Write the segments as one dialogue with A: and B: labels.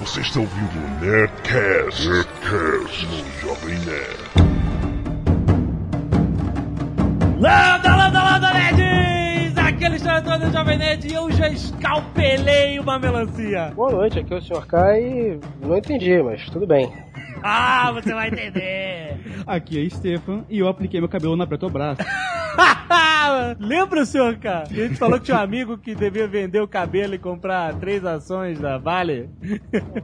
A: Você está ouvindo o Nerdcast, Nerdcast no Jovem Nerd.
B: Landa, landa, landa, nerds! Aqui é Alexandre do Jovem Nerd e eu já escalpelei uma melancia.
C: Boa noite, aqui é o Sr. K e não entendi, mas tudo bem.
B: Ah, você vai entender.
D: Aqui é Stefan e eu apliquei meu cabelo na Petrobras.
B: Lembra, senhor K? Que a gente falou que tinha um amigo que devia vender o cabelo e comprar três ações da Vale?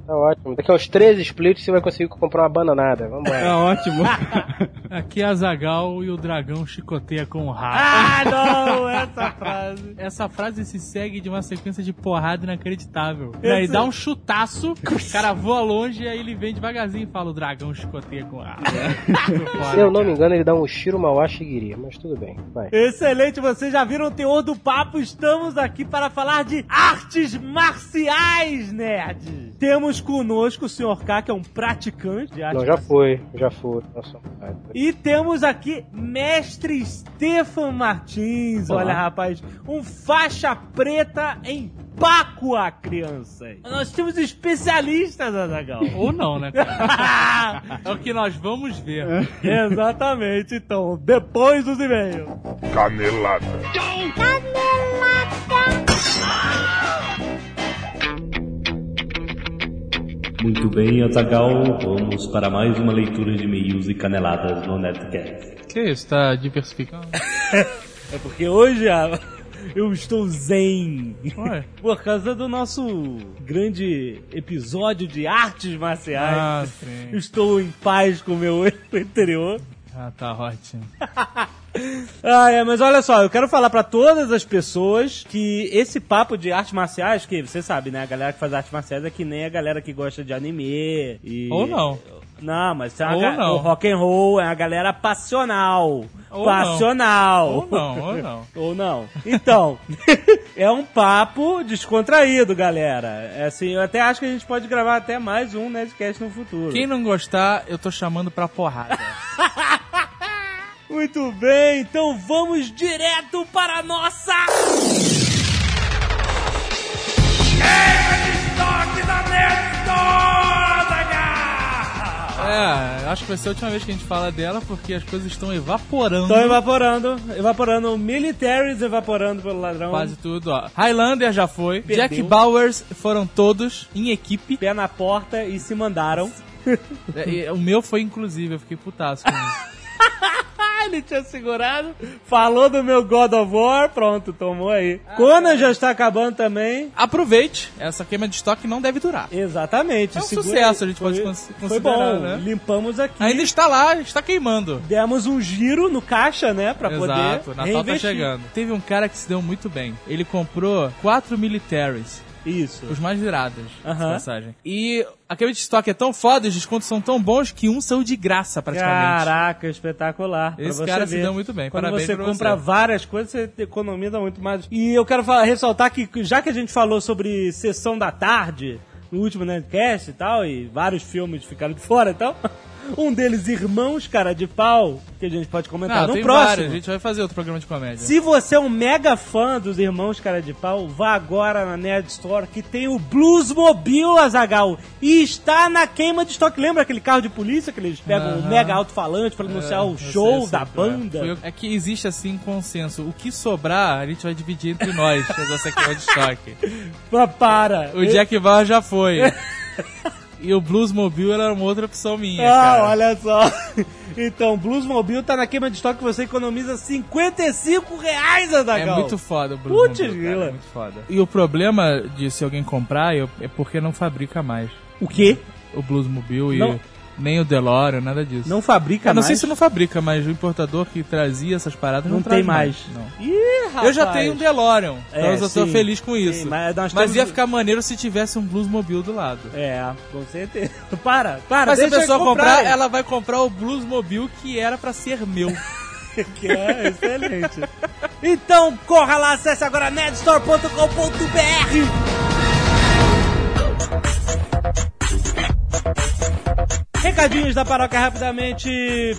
C: Tá ótimo. Daqui a uns 13 splits você vai conseguir comprar uma bananada. Vambora.
D: É ótimo.
E: Aqui é a Zagal e o dragão chicoteia com o rabo.
B: Ah, não! Essa frase.
E: Essa frase se segue de uma sequência de porrada inacreditável. E aí dá um chutaço, o cara voa longe e aí ele vem devagarzinho e fala: o dragão chicoteia com o rabo.
C: Se eu não me engano, ele dá um Shiro Mauá Shigiri, mas tudo bem, vai.
B: Excelente, vocês já viram o teor do papo. Estamos aqui para falar de artes marciais, nerds. Temos conosco o senhor K, que é um praticante de artes
C: Não, já
B: marciais.
C: foi, já foi. Nossa, cara.
B: E temos aqui mestre Stefan Martins, olha rapaz, um faixa preta em Páqua, crianças. Nós temos especialistas, Azagal.
E: Ou não, né? cara? É o que nós vamos ver.
B: É. Exatamente, então, depois dos e-mails.
A: Canelada,
F: Muito bem, Azagal, vamos para mais uma leitura de meios e caneladas no Netcast.
E: Que isso? Tá diversificando?
B: É porque hoje a- eu estou zen.
E: Ué.
B: Por causa do nosso grande episódio de artes marciais.
E: Ah, sim.
B: Estou em paz com o meu eu interior.
E: Ah, tá ótimo.
B: Ah, é, mas olha só, eu quero falar pra todas as pessoas que esse papo de artes marciais, que você sabe, né? A galera que faz artes marciais é que nem a galera que gosta de anime e...
E: Ou não.
B: Não, mas é
E: Ou
B: uma ga...
E: não.
B: o rock and roll é a galera passional.
E: Ou não.
B: passional.
E: Ou não, ou não.
B: Ou não. Então, é um papo descontraído, galera. É assim, eu até acho que a gente pode gravar até mais um Nerdcast no futuro.
E: Quem não gostar, eu tô chamando pra porrada.
B: Muito bem, então vamos direto para a nossa.
E: É, acho que vai ser a última vez que a gente fala dela, porque as coisas estão evaporando.
B: Estão evaporando, evaporando, militares evaporando pelo ladrão.
E: Quase tudo, ó. Highlander já foi.
B: Perdeu.
E: Jack Bowers foram todos em equipe.
B: Pé na porta e se mandaram.
E: É, e o meu foi, inclusive, eu fiquei putaço com isso.
B: Ah, ele tinha segurado. Falou do meu God of War, pronto, tomou aí.
E: Ah,
B: Conan já está acabando também.
E: Aproveite, essa queima de estoque não deve durar.
B: Exatamente.
E: É um
B: segura-
E: sucesso, a gente pode
B: foi-
E: cons-
B: Foi
E: considerar,
B: bom,
E: né?
B: limpamos aqui.
E: Ainda está lá, está queimando.
B: Demos um giro no caixa, né? Pra
E: Exato,
B: poder.
E: Natal tá
B: reinvestir.
E: chegando. Teve um cara que se deu muito bem. Ele comprou quatro militaries,
B: Isso.
E: os mais virados,
B: Aham.
E: de passagem. E a queima de estoque é tão foda, os descontos são tão bons que um saiu de graça praticamente.
B: Caraca, espetacular. Pra
E: Esse
B: você
E: cara se
B: ver.
E: deu muito bem,
B: Quando
E: parabéns
B: você
E: pra
B: compra
E: você.
B: várias coisas, você economiza muito mais. E eu quero falar- ressaltar que, já que a gente falou sobre sessão da tarde, no último Nerdcast e tal, e vários filmes ficaram de fora e tal, um deles, Irmãos Cara de Pau, que a gente pode comentar
E: Não,
B: tá no
E: Ah, tem
B: próximo.
E: vários, a gente vai fazer outro programa de comédia.
B: Se você é um mega fã dos Irmãos Cara de Pau, vá agora na Nerd Store que tem o Bluesmobile Azagal e está na queima de estoque. Lembra aquele carro de polícia que eles pegam o
E: Aham. É,
B: mega alto-falante para anunciar
E: Eu
B: o
E: sei,
B: show
E: eu sei,
B: da
E: cara.
B: banda?
E: Foi- É que existe assim consenso. O que sobrar, a gente vai dividir entre nós essa questão de estoque.
B: Pô, para!
E: O Jack Bauer já foi. E o Bluesmobile era uma outra opção minha,
B: Ah,
E: cara.
B: olha só! Então, Bluesmobile tá na queima de estoque que você economiza 55 reais,
E: É
B: Azagal!
E: muito foda o Bluesmobile.
B: Putz,
E: cara,
B: grila.
E: É muito foda. E o problema de se alguém comprar eu- é porque não fabrica mais
B: O quê?
E: o Bluesmobile
B: Não.
E: e nem o DeLorean, nada disso.
B: Não fabrica
E: Ah, não
B: mais?
E: sei se não fabrica, mas o importador que trazia essas paradas não,
B: Não
E: traz
B: tem mais.
E: Não.
B: Ih, rapaz!
E: Eu já tenho um DeLorean, então
B: É,
E: eu só tô
B: sim,
E: feliz com
B: sim,
E: isso.
B: mas nós
E: mas
B: temos- um-
E: ia ficar maneiro se tivesse um Bluesmobile do lado.
B: É, com certeza. Para, para,
E: mas se a
B: deixa eu
E: pessoa comprar,
B: comprarem.
E: ela vai comprar o Bluesmobile que era pra ser meu.
B: Que é excelente. Então, corra lá, acesse agora nedstore.com.br. Recadinhos da paróquia rapidamente.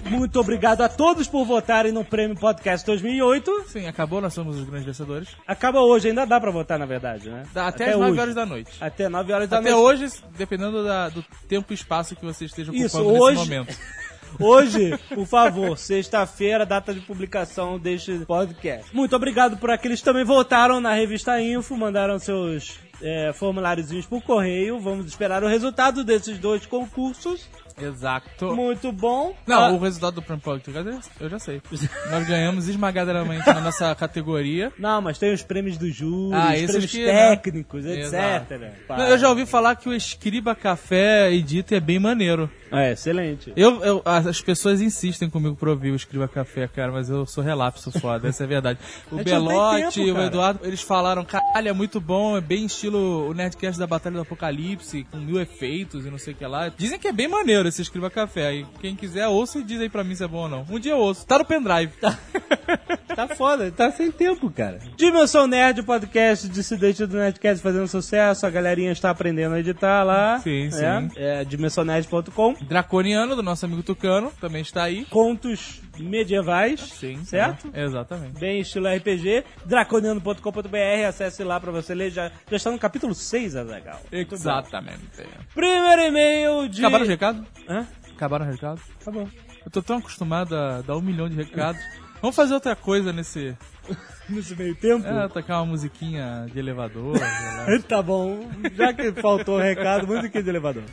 B: Muito obrigado a todos por votarem no Prêmio Podcast 2008.
E: Sim, acabou, nós somos os grandes vencedores.
B: Acaba hoje, ainda dá pra votar, na verdade, né?
E: Dá Até, as 9
B: hoje.
E: horas da noite.
B: Até 9 horas da
E: Até
B: noite.
E: hoje, dependendo da- do tempo e espaço que você esteja ocupando
B: Isso, hoje-
E: nesse momento.
B: Hoje, por favor, sexta-feira, data de publicação deste podcast. Muito obrigado por aqueles que também votaram na revista Info, mandaram seus é, formuláriozinhos por correio. Vamos esperar o resultado desses dois concursos.
E: Exato.
B: Muito bom.
E: Não,
B: Ah,
E: o resultado do Prêmio Podcast eu já sei. Nós ganhamos esmagadamente na nossa categoria.
B: Não, mas tem os prêmios do júri,
E: Ah,
B: os
E: esses
B: prêmios
E: que, né?
B: técnicos,
E: Exato.
B: etc. né?
E: Não, eu já ouvi falar que o Escriba Café Edita é bem maneiro.
B: É, excelente.
E: Eu, eu- as pessoas insistem comigo pra ouvir o Escriba Café, cara, mas eu sou relapso foda, essa é a verdade.
B: A
E: O
B: gente não tem
E: Belote,
B: tempo,
E: o
B: cara.
E: Eduardo, eles falaram, caralho, é muito bom, é bem estilo o Nerdcast da Batalha do Apocalipse, com mil efeitos e não sei o que lá. Dizem que é bem maneiro esse Escriba Café, e quem quiser ouça e diz aí pra mim se é bom ou não. Um dia eu ouço, tá no pendrive.
B: Tá foda, tá sem tempo, cara. Dimensão Nerd, o podcast dissidente do Nerdcast fazendo sucesso. A galerinha está aprendendo a editar lá.
E: Sim,
B: É,
E: sim.
B: É, dimensonerd.com.
E: Draconiano, do nosso amigo Tucano, também está aí.
B: Contos medievais. Certo?
E: é, exatamente.
B: Bem estilo RPG. Draconiano.com.br. Acesse lá pra você ler. Já, já está no capítulo 6, Azaghal. Muito bom.
E: Exatamente.
B: Primeiro e-mail de... Tá
E: Acabaram o recado?
B: Hã?
E: Acabaram o recado?
B: Acabou.
E: Eu tô tão acostumado a dar um milhão de recados. Vamos fazer outra coisa nesse.
B: Nesse meio tempo...
E: É, tocar uma musiquinha de elevador. sei lá.
B: Tá bom, já que faltou o recado, musiquinha de elevador.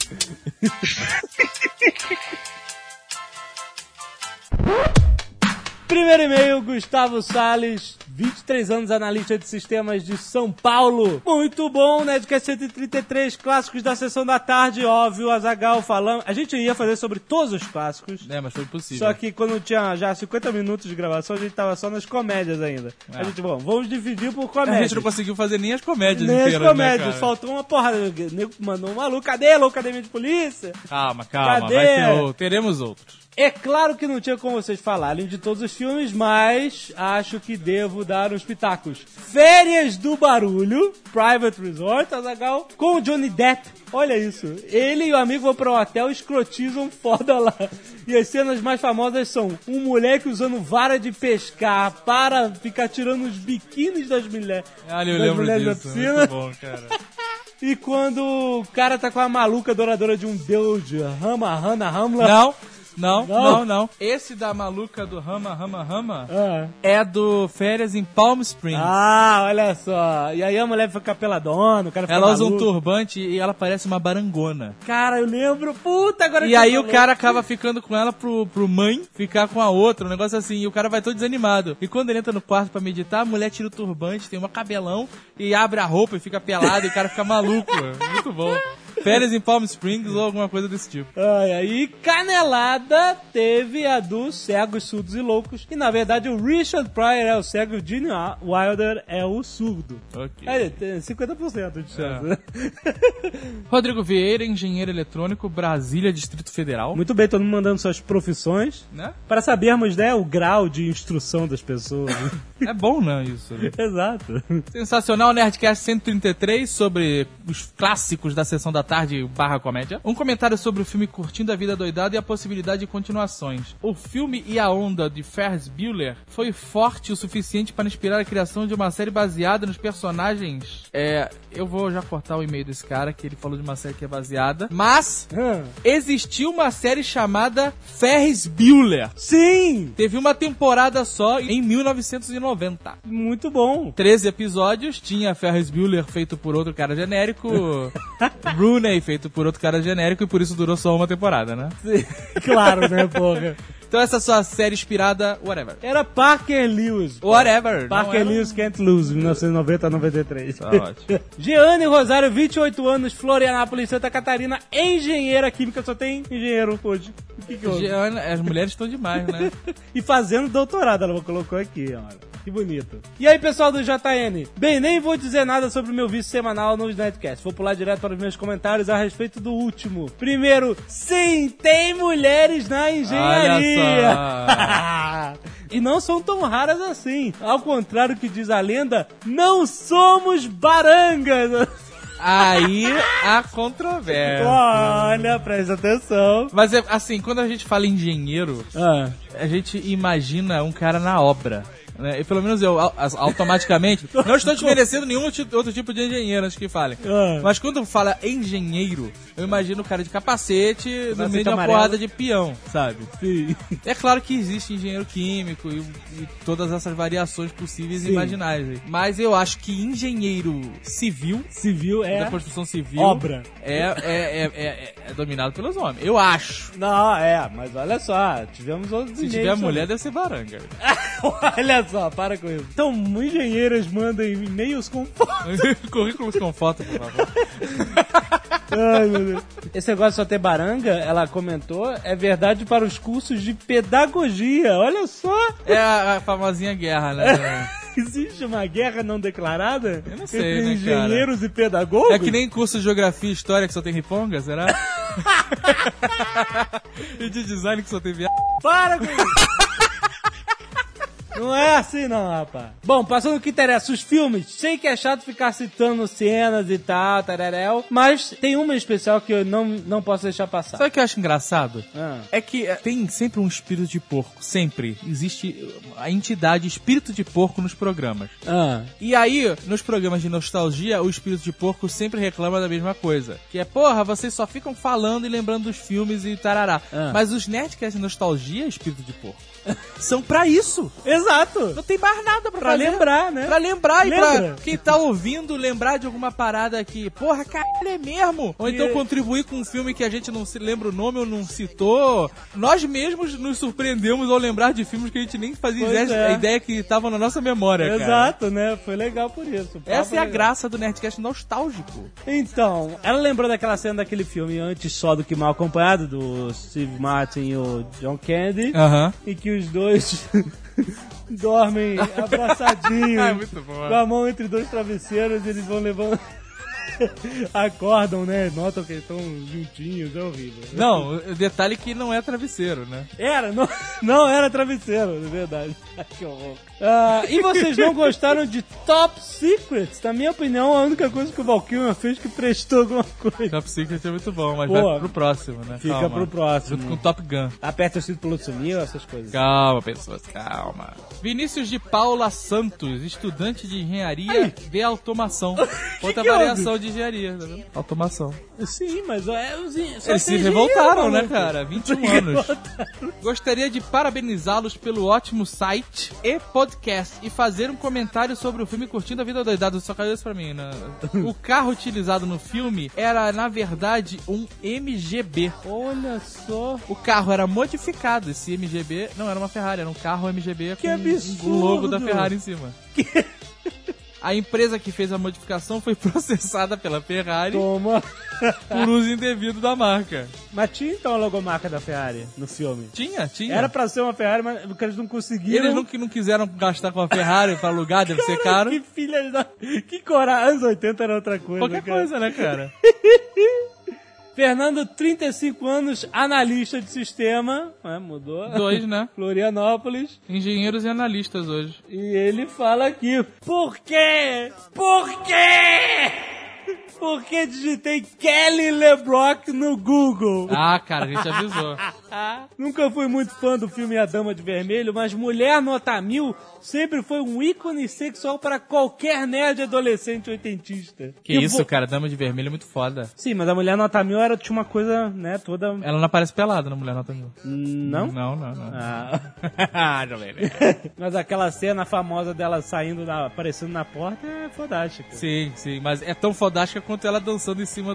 B: Primeiro e-mail, Gustavo Salles, 23 anos, analista de sistemas de São Paulo. Muito bom, né? Nerdcast 133, clássicos da sessão da tarde, óbvio, Azagal falando. A gente ia fazer sobre todos os clássicos.
E: é, mas foi impossível.
B: Só que quando tinha já 50 minutos de gravação, a gente tava só nas comédias ainda. A gente, bom, vamos dividir por
E: É. a
B: comédias.
E: gente não conseguiu fazer nem as comédias
B: Nem as
E: inteiras.
B: comédias,
E: né, cara?
B: faltou uma porrada. O nego mandou um maluco, cadê a loucademia de polícia?
E: Calma, calma.
B: Cadê?
E: Vai ter outro. Teremos outros.
B: É claro que não tinha como vocês falarem de todos os filmes, mas acho que devo dar uns pitacos. Férias do Barulho, Private Resort, Azagal, com o Johnny Depp. Olha isso. Ele e o amigo vão pra um hotel e escrotizam foda lá. E as cenas mais famosas são um moleque usando vara de pescar para ficar tirando os biquínis das, mulher,
E: Olha, eu
B: das
E: lembro
B: mulheres
E: disso.
B: da
E: Muito
B: piscina.
E: bom, cara.
B: E quando o cara tá com a maluca adoradora de um deus, de Rama, Hana, Hamla.
E: Não,
B: Não?
E: não, não, não, Esse da maluca do Rama, Rama, Rama
B: Ah.
E: é do Férias em Palm Springs.
B: Ah, olha só. E aí a mulher fica peladona, o cara fica
E: Ela usa um
B: maluco.
E: turbante e ela parece uma barangona.
B: Cara, eu lembro. Puta, agora que
E: E
B: eu
E: aí o
B: falei.
E: cara acaba ficando com ela pro, pro mãe ficar com a outra, um negócio assim, e o cara vai todo desanimado. E quando ele entra no quarto pra meditar, a mulher tira o turbante, tem um cabelão, e abre a roupa e fica pelado, e o cara fica maluco. Muito bom. Férias em Palm Springs ou alguma coisa desse tipo.
B: Ai, aí, canelada teve a do Cegos, Surdos e Loucos. E na verdade o Richard Pryor é o cego e o Gene Wilder é o surdo.
E: Ok.
B: Aí, tem 50% de chance.
E: É. Rodrigo Vieira, engenheiro eletrônico, Brasília, Distrito Federal.
B: Muito bem, todo mundo mandando suas profissões.
E: Né?
B: Para sabermos, né, o grau de instrução das pessoas.
E: É bom, né, isso? né?
B: Exato.
E: Sensacional Nerdcast 133 sobre os clássicos da sessão da tarde barra comédia. Um comentário sobre o filme Curtindo a Vida Doidada e a possibilidade de continuações. O filme E a Onda, de Ferris Bueller, foi forte o suficiente para inspirar a criação de uma série baseada nos personagens... É, eu vou já cortar o e-mail desse cara, que ele falou de uma série que é baseada. Mas existiu uma série chamada Ferris Bueller.
B: Sim!
E: Teve uma temporada só em 1990.
B: Muito bom.
E: 13 episódios, tinha Ferris Bueller feito por outro cara genérico, Rooney feito por outro cara genérico, e por isso durou só uma temporada, né?
B: claro, né, porra?
E: Então essa sua série inspirada, whatever.
B: Era Parker Lewis.
E: Whatever. não
B: Parker
E: era-
B: Lewis Can't Lose, 1990 a 93.
E: Tá ótimo.
B: Giane Rosário, 28 anos, Florianápolis, Santa Catarina, engenheira química, só tem engenheiro hoje. O que que houve?
E: Giana, as mulheres estão demais, né?
B: E fazendo doutorado, ela colocou aqui, olha. Que bonito. E aí, pessoal do JN? Bem, nem vou dizer nada sobre o meu vício semanal nos Netcasts. Vou pular direto para os meus comentários a respeito do último. Primeiro, sim, tem mulheres na engenharia. e não são tão raras assim. Ao contrário que diz a lenda, não somos barangas.
E: Aí há controvérsia.
B: Olha, presta atenção.
E: Mas, é, assim, quando a gente fala engenheiro,
B: Ah.
E: a gente imagina um cara na obra. Né? E pelo menos eu, au- as- automaticamente, não estou desmerecendo nenhum ti- outro tipo de engenheiro, antes que falem.
B: Ah.
E: Mas quando fala engenheiro, eu imagino o cara de capacete no meio de uma
B: tá amarelo.
E: porrada de peão, sabe? É claro que existe engenheiro químico e, e todas essas variações possíveis e imagináveis. Mas eu acho que engenheiro civil,
B: Civil é
E: da construção civil,
B: obra.
E: É, é, é- é- é dominado pelos homens. Eu acho.
B: Não, é, mas olha só, tivemos outros
E: Se tiver
B: e-mails
E: mulher, deve ser baranga.
B: Olha só, para com isso. Então, engenheiras mandem e-mails com foto.
E: Currículos com foto, por favor.
B: Ai, meu Deus. Esse negócio de só ter baranga, ela comentou, é verdade para os cursos de pedagogia. Olha só.
E: É a, a famosinha guerra, né?
B: Existe uma guerra não declarada Eu
E: não sei,
B: entre
E: né, cara?
B: engenheiros e pedagogos?
E: É que nem curso de geografia e história que só tem riponga, será? e de design que só tem viagem.
B: Para com isso! Não é assim não, rapaz. Bom, passando o que interessa, os filmes. Sei que é chato ficar citando cenas e tal, tararéu, mas tem uma em especial que eu não, não posso deixar passar.
E: Sabe o que eu acho engraçado?
B: Ah.
E: É que eh, tem sempre um espírito de porco, sempre. Existe eh, a entidade espírito de porco nos programas.
B: Ah.
E: E aí, nos programas de nostalgia, o espírito de porco sempre reclama da mesma coisa. Que é, porra, vocês só ficam falando e lembrando dos filmes e tarará.
B: Ah.
E: Mas os Nerdcasts de nostalgia, espírito de porco, são pra isso.
B: Exato!
E: Não tem mais nada pra,
B: Pra
E: fazer.
B: lembrar, né?
E: Pra lembrar e
B: Lembra.
E: pra quem tá ouvindo lembrar de alguma parada aqui. Porra, caralho, é mesmo? Ou então
B: E-
E: contribuir com um filme que a gente não se lembra o nome ou não citou. Nós mesmos nos surpreendemos ao lembrar de filmes que a gente nem fazia
B: Pois
E: ideia,
B: é.
E: ideia que estavam na nossa memória, cara.
B: Exato, né? Foi legal por isso.
E: Essa é a
B: Papo legal.
E: graça do Nerdcast nostálgico.
B: Então, ela lembrou daquela cena daquele filme antes só do que mal acompanhado, do Steve Martin e o John Candy,
E: Aham.
B: e que os dois dormem abraçadinhos,
E: É muito bom.
B: com a mão entre dois travesseiros, eles vão levando. Acordam, né? Notam que eles estão juntinhos, é horrível.
E: Não, o detalhe é que não é travesseiro, né?
B: Era, não, não era travesseiro, é verdade. Que horror. Ah, e vocês não gostaram de Top Secrets? Na minha opinião, a única coisa que o Valkyrie fez que prestou alguma coisa.
E: Top Secret é muito bom, mas
B: Pô,
E: vai pro próximo, né?
B: Fica
E: Calma.
B: pro próximo.
E: Junto com Top Gun.
B: Aperta o cinto pelo sumiu, essas coisas.
E: Calma, pessoas, calma. Vinícius de Paula Santos, estudante de engenharia de automação. Outra
B: que
E: variação de engenharia, tá vendo? Automação.
B: Sim, mas é, os in- só
E: Eles
B: tem
E: se
B: dinheiro,
E: revoltaram, né,
B: maluco?
E: cara? 21 anos. Gostaria de parabenizá-los pelo ótimo site e podcast e fazer um comentário sobre o filme Curtindo a Vida Doidada. Só caiu isso pra mim, né? O carro utilizado no filme era, na verdade, um MGB.
B: Olha só.
E: O carro era modificado, esse MGB não era uma Ferrari, era um carro MGB
B: Que
E: com
B: absurdo!
E: o logo da Ferrari em cima. A empresa que fez a modificação foi processada pela Ferrari
B: Toma.
E: por uso indevido da marca.
B: Mas tinha então a logomarca da Ferrari no filme.
E: Tinha, tinha.
B: Era pra ser uma Ferrari, mas eles não conseguiram.
E: Eles não, que não quiseram gastar com a Ferrari pra alugar, deve ser
B: Cara,
E: caro.
B: Que filha da. Que coragem. Anos 80 era outra coisa.
E: Qualquer
B: cara.
E: coisa, né, cara?
B: Fernando, 35 anos, analista de sistema. né, mudou.
E: Dois, né?
B: Florianópolis.
E: Engenheiros e analistas hoje.
B: E ele fala aqui: Por quê? Por quê? Por que digitei Kelly LeBrock no Google?
E: Ah, cara, a gente avisou.
B: Nunca fui muito fã do filme A Dama de Vermelho, mas Mulher Nota Mil sempre foi um ícone sexual para qualquer nerd adolescente oitentista.
E: Que
B: E
E: isso,
B: vo-
E: cara, dama de vermelho é muito foda.
B: Sim, mas a Mulher Nota Mil era, tinha uma coisa, né, toda...
E: Ela não aparece pelada na Mulher Nota Mil.
B: Não?
E: Não, não, não.
B: Ah.
E: Ah, jovem.
B: mas aquela cena famosa dela saindo, na, aparecendo na porta é fodástica.
E: Sim, sim, mas é tão fodástica quanto ela dançando em cima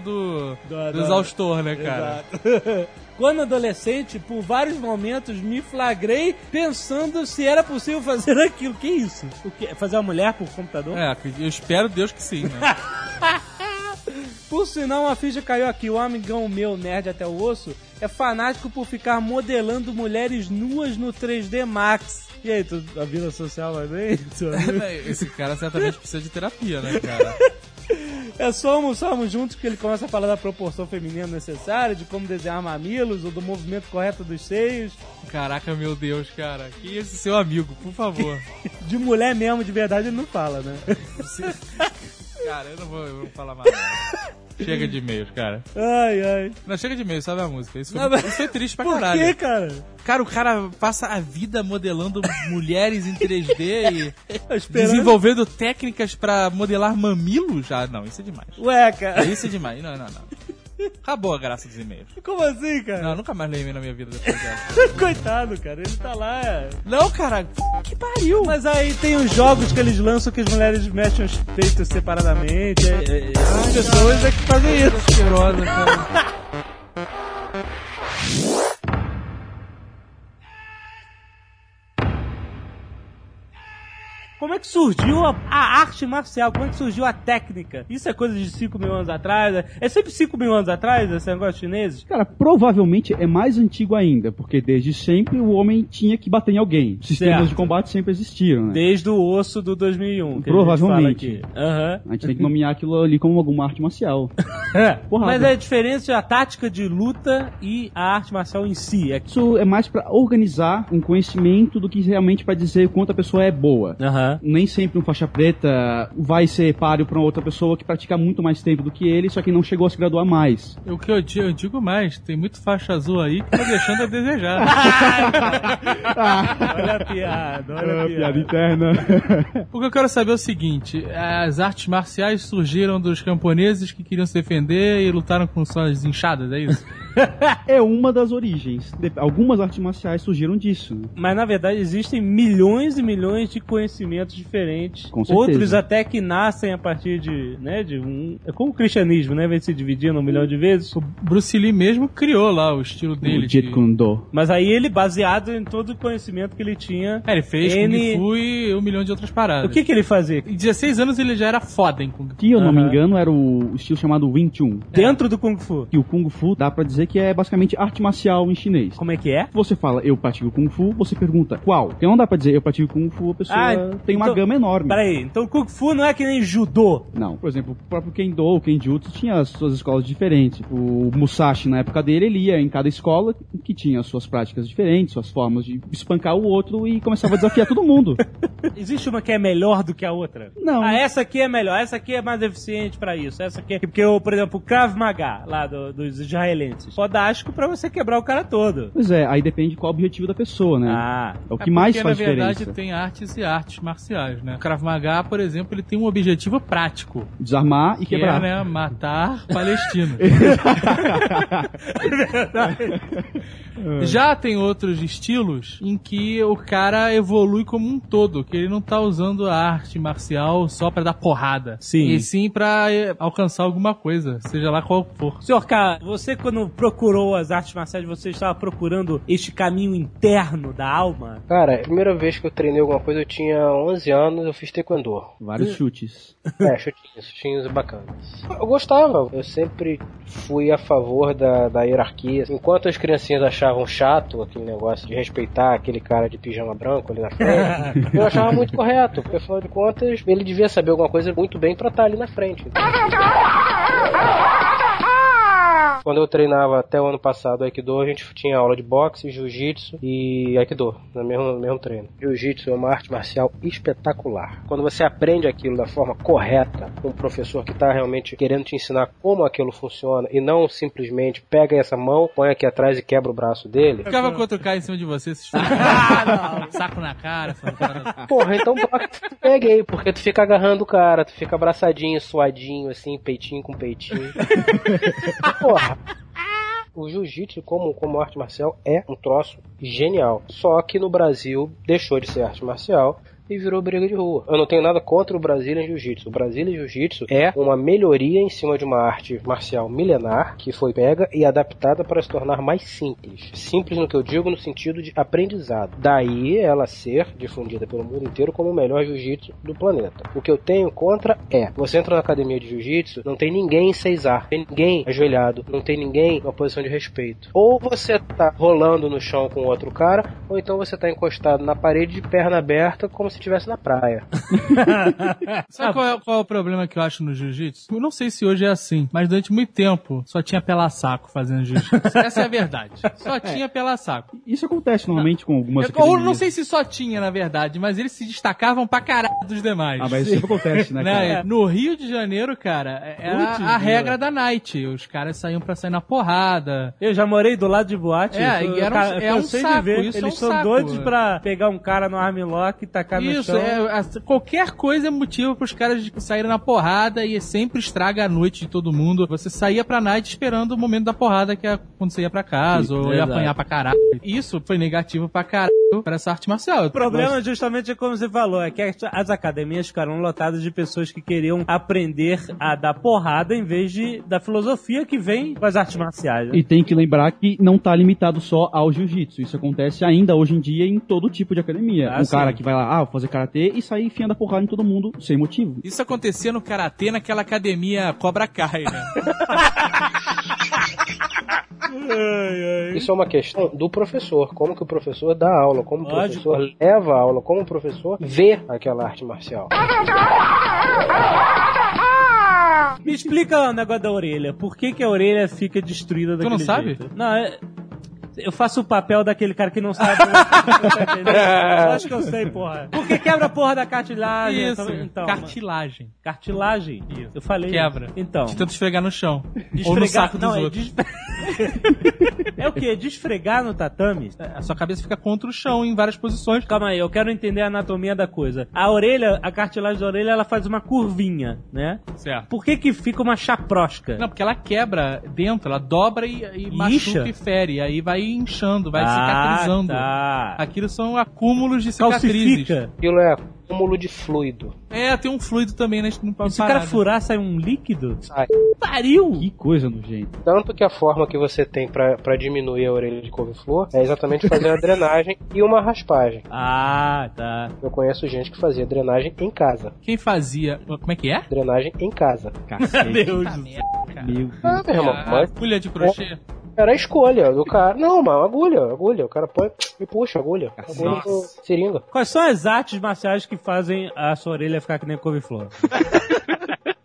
B: Do-
E: do, do,
B: do-
E: exaustor, né, cara?
B: Exato. Quando adolescente, por vários momentos me flagrei pensando se era possível fazer aquilo. Que isso? O quê? Fazer uma mulher por computador?
E: É, acredito- eu espero Deus que sim, né?
B: Por sinal, uma ficha caiu aqui. O amigão meu, nerd até o osso, é fanático por ficar modelando mulheres nuas no 3D Max. E aí, tu, a vida social vai bem? seu amigo?
E: é, Esse cara certamente precisa de terapia, né, cara?
B: É só almoçarmos juntos que ele começa a falar da proporção feminina necessária, de como desenhar mamilos, ou do movimento correto dos seios,
E: Caraca, meu Deus, cara. Que esse seu amigo, por favor.
B: De mulher mesmo, de verdade, ele não fala, né?
E: Cara, eu não vou, eu não vou falar mais. nada. Chega de e-mails, cara.
B: Ai, ai.
E: Não, chega de e-mails, sabe a música. Isso foi,
B: Não, mas-
E: isso foi triste pra
B: Por
E: caralho.
B: que, cara?
E: Cara, o cara passa a vida modelando mulheres em 3D e
B: Tô esperando.
E: desenvolvendo técnicas pra modelar mamilos? Ah, não, isso é demais.
B: Ué, cara.
E: Isso é demais. Não, não, não. Acabou a graça dos e-mails.
B: Como assim, cara?
E: Não, eu nunca mais leio e-mail na minha vida depois dessa.
B: Coitado, cara. Ele tá lá. é.
E: Não, cara, que pariu.
B: Mas aí tem os jogos que eles lançam que as mulheres mexem os peitos separadamente. É, é, é, as pessoas é que fazem isso.
E: Asquerosa, cara.
B: Como é que surgiu a, a arte marcial? Como é que surgiu a técnica? Isso é coisa de 5 mil anos atrás? É- É sempre 5 mil anos atrás esse negócio chineses?
D: Cara, provavelmente é mais antigo ainda, porque desde sempre o homem tinha que bater em alguém. Sistemas
B: Certo.
D: de combate sempre existiram, né?
B: Desde o osso do 2001. Que
D: Provavelmente.
B: A gente fala aqui. Aham.
D: A gente tem que nomear aquilo ali como alguma arte marcial. Porrada.
B: Mas a diferença é a tática de luta e a arte marcial em si. É que...
D: Isso é mais pra organizar um conhecimento do que realmente pra dizer quanto a pessoa é boa.
B: Aham.
D: Nem sempre um faixa preta vai ser páreo pra outra pessoa que pratica muito mais tempo do que ele, só que não chegou a se graduar mais.
E: O que eu digo, eu digo mais, tem muito faixa azul aí que tá deixando a desejar.
B: Olha a piada, olha a piada.
D: interna.
E: O que eu quero saber é o seguinte, as artes marciais surgiram dos camponeses que queriam se defender e lutaram com suas enxadas, é isso?
D: é uma das origens. De- Algumas artes marciais surgiram disso. né?
B: Mas na verdade existem milhões e milhões de conhecimentos diferentes.
D: Com certeza.
B: Outros até que nascem a partir de, né, de um, é como o cristianismo, né, vem se dividindo um milhão de vezes.
E: O Bruce Lee mesmo criou lá o estilo dele.
D: o Jeet
E: de-
D: Kune Do.
B: Mas aí ele baseado em todo o conhecimento que ele tinha.
E: É, ele fez
B: Ele-
E: Kung Fu e um milhão de outras
B: O
E: paradas.
B: que que ele fazia?
E: Em 16 anos ele já era foda em Kung Fu.
D: Que, eu não me
B: Aham.
D: engano, era o estilo chamado Wing Chun.
B: Dentro do kung fu.
D: E o Kung Fu dá pra dizer que é basicamente arte marcial em chinês.
B: Como é que é?
D: Você fala, eu pratico Kung Fu, você pergunta, qual? Porque não dá pra dizer, eu pratico Kung Fu, a pessoa
B: Ah,
D: tem uma
B: então-
D: gama enorme.
B: Peraí, então kung fu não é que nem judô.
D: Não, por exemplo, o próprio Kendo, o Kenjutsu tinha as suas escolas diferentes. O Musashi, na época dele, ele ia em cada escola que tinha as suas práticas diferentes, suas formas de espancar o outro e começava a desafiar todo mundo.
B: Existe uma que é melhor do que a outra?
D: Não.
B: Ah, essa aqui é melhor, essa aqui é mais eficiente pra isso, essa aqui é... Porque, eu, por exemplo, o Krav Maga, lá do- dos israelenses, fodástico pra você quebrar o cara todo.
D: Pois é, aí depende qual o objetivo da pessoa, né?
B: Ah,
D: é o que
E: É
D: mais
E: porque,
D: faz
E: na verdade,
D: diferença.
E: tem artes e artes marciais, né? O Krav Maga, por exemplo, ele tem um objetivo prático,
D: Desarmar e
E: que é,
D: quebrar.
E: né, matar palestinos.
D: É.
E: Já tem outros estilos em que o cara evolui como um todo, que ele não tá usando a arte marcial só pra dar porrada.
B: Sim.
E: E sim pra eh, alcançar alguma coisa, seja lá qual for.
B: Senhor K, você quando procurou as artes marciais, você estava procurando este caminho interno da alma?
C: Cara, a primeira vez que eu treinei alguma coisa, eu tinha 11 anos, eu fiz taekwondo.
D: Vários chutes.
C: É, chutinhos, chutinhos bacanas. Eu gostava, eu sempre fui a favor da, da hierarquia. Enquanto as criancinhas achavam chato aquele negócio de respeitar aquele cara de pijama branco ali na frente, eu achava muito correto, porque afinal de contas ele devia saber alguma coisa muito bem pra estar ali na frente. Então, Quando eu treinava até o ano passado Aikido, a gente tinha aula de boxe, jiu-jitsu e Aikido, no mesmo, no mesmo treino. Jiu-jitsu é uma arte marcial espetacular. Quando você aprende aquilo da forma correta, com um professor que está realmente querendo te ensinar como aquilo funciona e não simplesmente pega essa mão, põe aqui atrás e quebra o braço dele.
E: Ficava com outro cara em cima de você, se
D: Ah,
E: estourava, saco na cara, essas paradas.
C: Porra, então bloca que tu pega aí, porque tu fica agarrando o cara, tu fica abraçadinho, suadinho, assim, peitinho com peitinho. Porra. O jiu-jitsu como, como arte marcial é um troço genial. Só que no Brasil deixou de ser arte marcial e virou briga de rua. Eu não tenho nada contra o Brasília em Jiu-Jitsu. O Brasília em Jiu-Jitsu é uma melhoria em cima de uma arte marcial milenar que foi pega e adaptada para se tornar mais simples. Simples no que eu digo no sentido de aprendizado. Daí ela ser difundida pelo mundo inteiro como o melhor Jiu-Jitsu do planeta. O que eu tenho contra é, você entra na academia de Jiu-Jitsu, não tem ninguém em 6A, não tem ninguém ajoelhado, não tem ninguém numa posição de respeito. Ou você tá rolando no chão com outro cara, ou então você tá encostado na parede de perna aberta como se se estivesse na praia.
E: Sabe qual é, qual é o problema que eu acho no jiu-jitsu? Eu não sei se hoje é assim, mas durante muito tempo só tinha pela saco fazendo jiu-jitsu. Essa é a verdade. Só tinha pela saco.
D: Isso acontece normalmente com algumas
E: Eu, ou
D: academias.
E: não sei se só tinha, na verdade, mas eles se destacavam pra caralho dos demais.
D: Ah, mas isso sempre acontece, né,
E: Né?
D: cara?
E: No Rio de Janeiro, cara, era
D: Putz,
E: a
D: grila.
E: regra da night. Os caras saíam pra sair na porrada.
B: Eu já morei do lado de boate.
E: É,
B: eu,
E: e era um-
B: cara,
E: é
B: eu
E: um
B: sei de
E: saco,
B: ver.
E: isso é
B: Eles
E: um
B: são
E: saco,
B: doidos
E: é.
B: pra pegar um cara no armlock e tacar no
E: Isso,
B: chão.
E: é, a- qualquer coisa é motivo pros caras de saírem na porrada e sempre estraga a noite de todo mundo. Você saía pra night esperando o momento da porrada que é quando você ia pra casa ou ia
G: exato.
E: apanhar pra caralho. Isso foi negativo pra caralho pra essa arte marcial.
B: O problema justamente é como você falou, é que as- as academias ficaram lotadas de pessoas que queriam aprender a dar porrada em vez de da filosofia que vem com as artes marciais. né?
D: E tem que lembrar que não tá limitado só ao jiu-jitsu. Isso acontece ainda hoje em dia em todo tipo de academia.
B: Ah,
D: um
B: sim.
D: cara que vai lá, ah, vou fazer karatê e sair enfiando a porrada em todo mundo sem motivo.
E: Isso acontecia no karatê naquela academia Cobra Kai, né?
C: Isso é uma questão do professor, como que o professor dá aula, como o
B: Lógico.
C: professor leva a aula, como o professor vê aquela arte marcial.
B: Me explica o negócio da orelha. Por que, que a orelha fica destruída daquele
E: não sabe?
B: jeito? Não, é- Eu faço o papel daquele cara que não sabe. eu acho que eu sei, porra. Por que quebra a porra da cartilagem?
E: Isso,
B: Então,
E: cartilagem.
B: Cartilagem? Isso. Eu falei.
E: Quebra.
B: Então.
E: De tanto tá esfregar no chão. Ou no
B: Desfregar.
E: saco dos
B: não, é,
E: outros.
B: des- é o quê? Desfregar no tatame?
E: A sua cabeça fica contra o chão em várias posições.
B: Calma aí, eu quero entender a anatomia da coisa. A orelha, a cartilagem da orelha, ela faz uma curvinha, né?
E: Certo.
B: Por que que fica uma chaprosca?
E: Não, porque ela quebra dentro, ela dobra e, e
B: Incha?
E: machuca e fere. Aí vai inchando, vai
B: Ah,
E: cicatrizando.
B: Tá.
E: Aquilo são acúmulos de cicatrizes.
B: Calcifica.
C: Aquilo é acúmulo de fluido.
E: É, tem um fluido também, né? No
B: E se o cara furar, sai um líquido?
C: Sai.
B: Pariu!
D: Que coisa nojenta.
C: Tanto que a forma que você tem pra pra diminuir a orelha de couve-flor é exatamente fazer a drenagem e uma raspagem.
B: Ah, tá.
C: Eu conheço gente que fazia drenagem em casa.
E: Quem fazia. Como é que é?
C: Drenagem em casa.
D: Cacete.
B: Deus.
D: Meu Deus.
C: Ah, meu irmão,
E: A
C: mas
E: agulha de crochê.
C: era a escolha do cara. Não, mano, agulha, agulha. O cara põe e puxa, agulha. Agulha com seringa.
B: Quais são as artes marciais que fazem a sua orelha ficar que nem couve-flor?
D: É,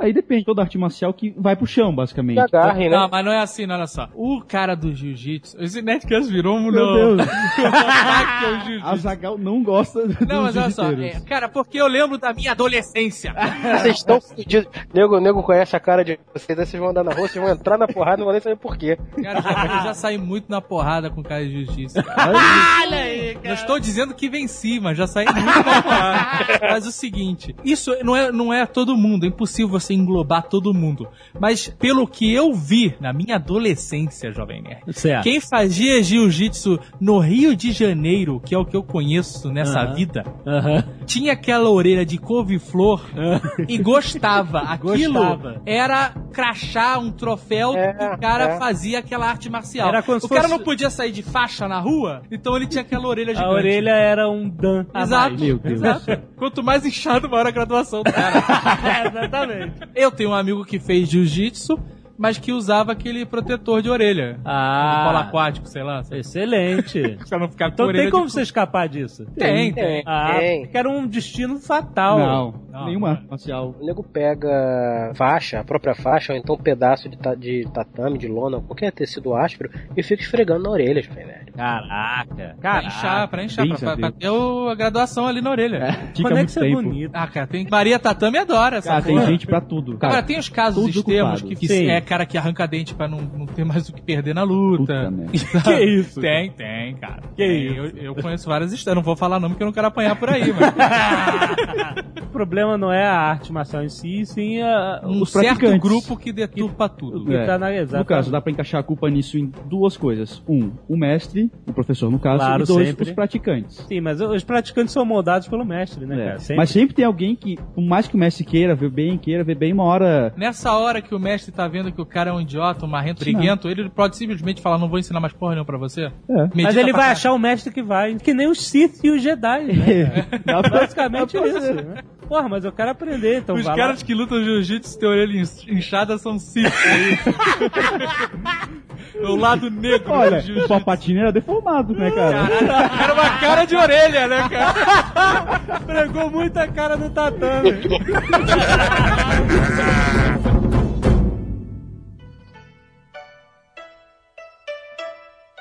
D: Aí depende toda arte marcial que vai pro chão,
C: E
D: basicamente.
C: agarre,
E: Não,
C: né?
E: mas não é assim, não, olha só. O cara do jiu-jitsu. Esse Nerdcast virou um.
D: Meu
E: não.
D: Deus.
E: Ataque ao jiu-jitsu.
D: A Zagal não gosta dos
E: Não, mas olha só.
D: jiu-jiteiros.
E: é, cara, porque eu lembro da minha adolescência.
C: Vocês estão fudidos. Nego, nego conhece a cara de vocês, daí vocês vão andar na rua, vocês vão entrar na porrada, não vão nem saber por quê.
E: Cara, eu já, eu já saí muito na porrada com o cara de jiu-jitsu. cara. Não estou dizendo que venci, mas já saí muito na porrada. Mas o seguinte, isso não é, não é todo mundo, é impossível você englobar todo mundo. Mas pelo que eu vi na minha adolescência, Jovem Nerd,
B: Certo.
E: quem fazia jiu-jitsu no Rio de Janeiro, que é o que eu conheço nessa
B: Aham.
E: vida, tinha aquela orelha de couve-flor e gostava. Aquilo
B: Gostava.
E: era crachar um troféu
C: É,
E: que o cara
C: é.
E: fazia aquela arte marcial.
B: Era como se
E: o cara
B: fosse-
E: não podia sair de faixa na rua, então ele tinha aquela orelha
B: A
E: gigante.
B: orelha era um dan. a
E: Exato,
B: mais.
D: Meu Deus.
E: exato. Quanto mais inchado, maior a graduação do cara.
B: É, exatamente.
E: Eu tenho um amigo que fez jiu-jitsu, mas que usava aquele protetor de orelha.
B: Ah.
E: De polo aquático, Um sei lá.
B: Excelente.
E: Pra não ficar com a
B: Então
E: orelha
B: tem
E: de
B: como
E: cu-
B: você escapar disso?
E: Tem, tem.
C: Tem.
B: Ah,
C: Tem.
B: porque era um destino fatal.
D: Não,
E: Não.
D: nenhuma arte marcial.
C: O nego pega faixa, a própria faixa, ou então um pedaço de, ta- de tatame, de lona, qualquer tecido áspero, e fica esfregando na orelha, Jovem Nerd.
B: Caraca.
E: Pra
B: Caraca.
E: inchar, pra inchar,
D: Bem
E: pra, pra, pra
D: sabido.
E: ter o- a graduação ali na orelha.
D: Fica
B: Quando é que
D: muito
B: isso é
D: tempo.
B: bonito?
E: Ah, cara, tem. Maria Tatame adora essa
B: Ah,
D: Cara, tem
E: porra.
D: gente pra tudo. Cara,
E: Agora, tem os casos
D: tudo
E: extremos
D: culpado.
E: que
B: Sim.
E: é cara que arranca dente pra não, não ter mais o que perder na
D: puta
E: luta.
D: merda.
B: Que isso?
E: Tem, tem, cara.
B: Que
E: Tem.
B: isso?
E: Eu, eu conheço várias histórias, não vou falar nome porque eu não quero apanhar por aí, mas.
B: O problema não é a arte marcial em si, sim a,
E: um
D: Os
E: certo
D: praticantes.
E: grupo que deturpa
B: o
E: tudo.
B: que
D: É.
B: tá na
D: No
B: exatamente.
D: caso, dá pra encaixar a culpa nisso em duas coisas. Um, o mestre, o professor no caso,
B: Claro,
D: e dois,
B: sempre.
D: os praticantes.
B: Sim, mas os praticantes são moldados pelo mestre, né,
D: É.
B: cara? Sempre.
D: Mas sempre tem alguém que, por mais que o mestre queira ver bem, queira ver bem, uma hora...
E: Nessa hora que o mestre tá vendo que o cara é um idiota, um marrento, briguento, ele pode simplesmente falar: não vou ensinar mais porra nenhuma pra você. Medita
B: É. Mas ele
E: pra
B: vai
E: cá.
B: achar o mestre que vai. Que nem os Sith e os Jedi, né?
D: Dá pra-
B: Basicamente
D: dá pra
B: isso.
D: fazer.
B: Né? Porra, mas eu quero aprender, então
E: Os
B: vai
E: caras que lutam jiu-jitsu e têm orelha inch- inchada são cinco. é isso. Meu lado negro
D: Olha,
E: do
D: o
E: jiu-jitsu.
D: papatinho era deformado, né, cara?
E: Era uma cara de orelha, né, cara?
B: Pregou muita cara no tatame.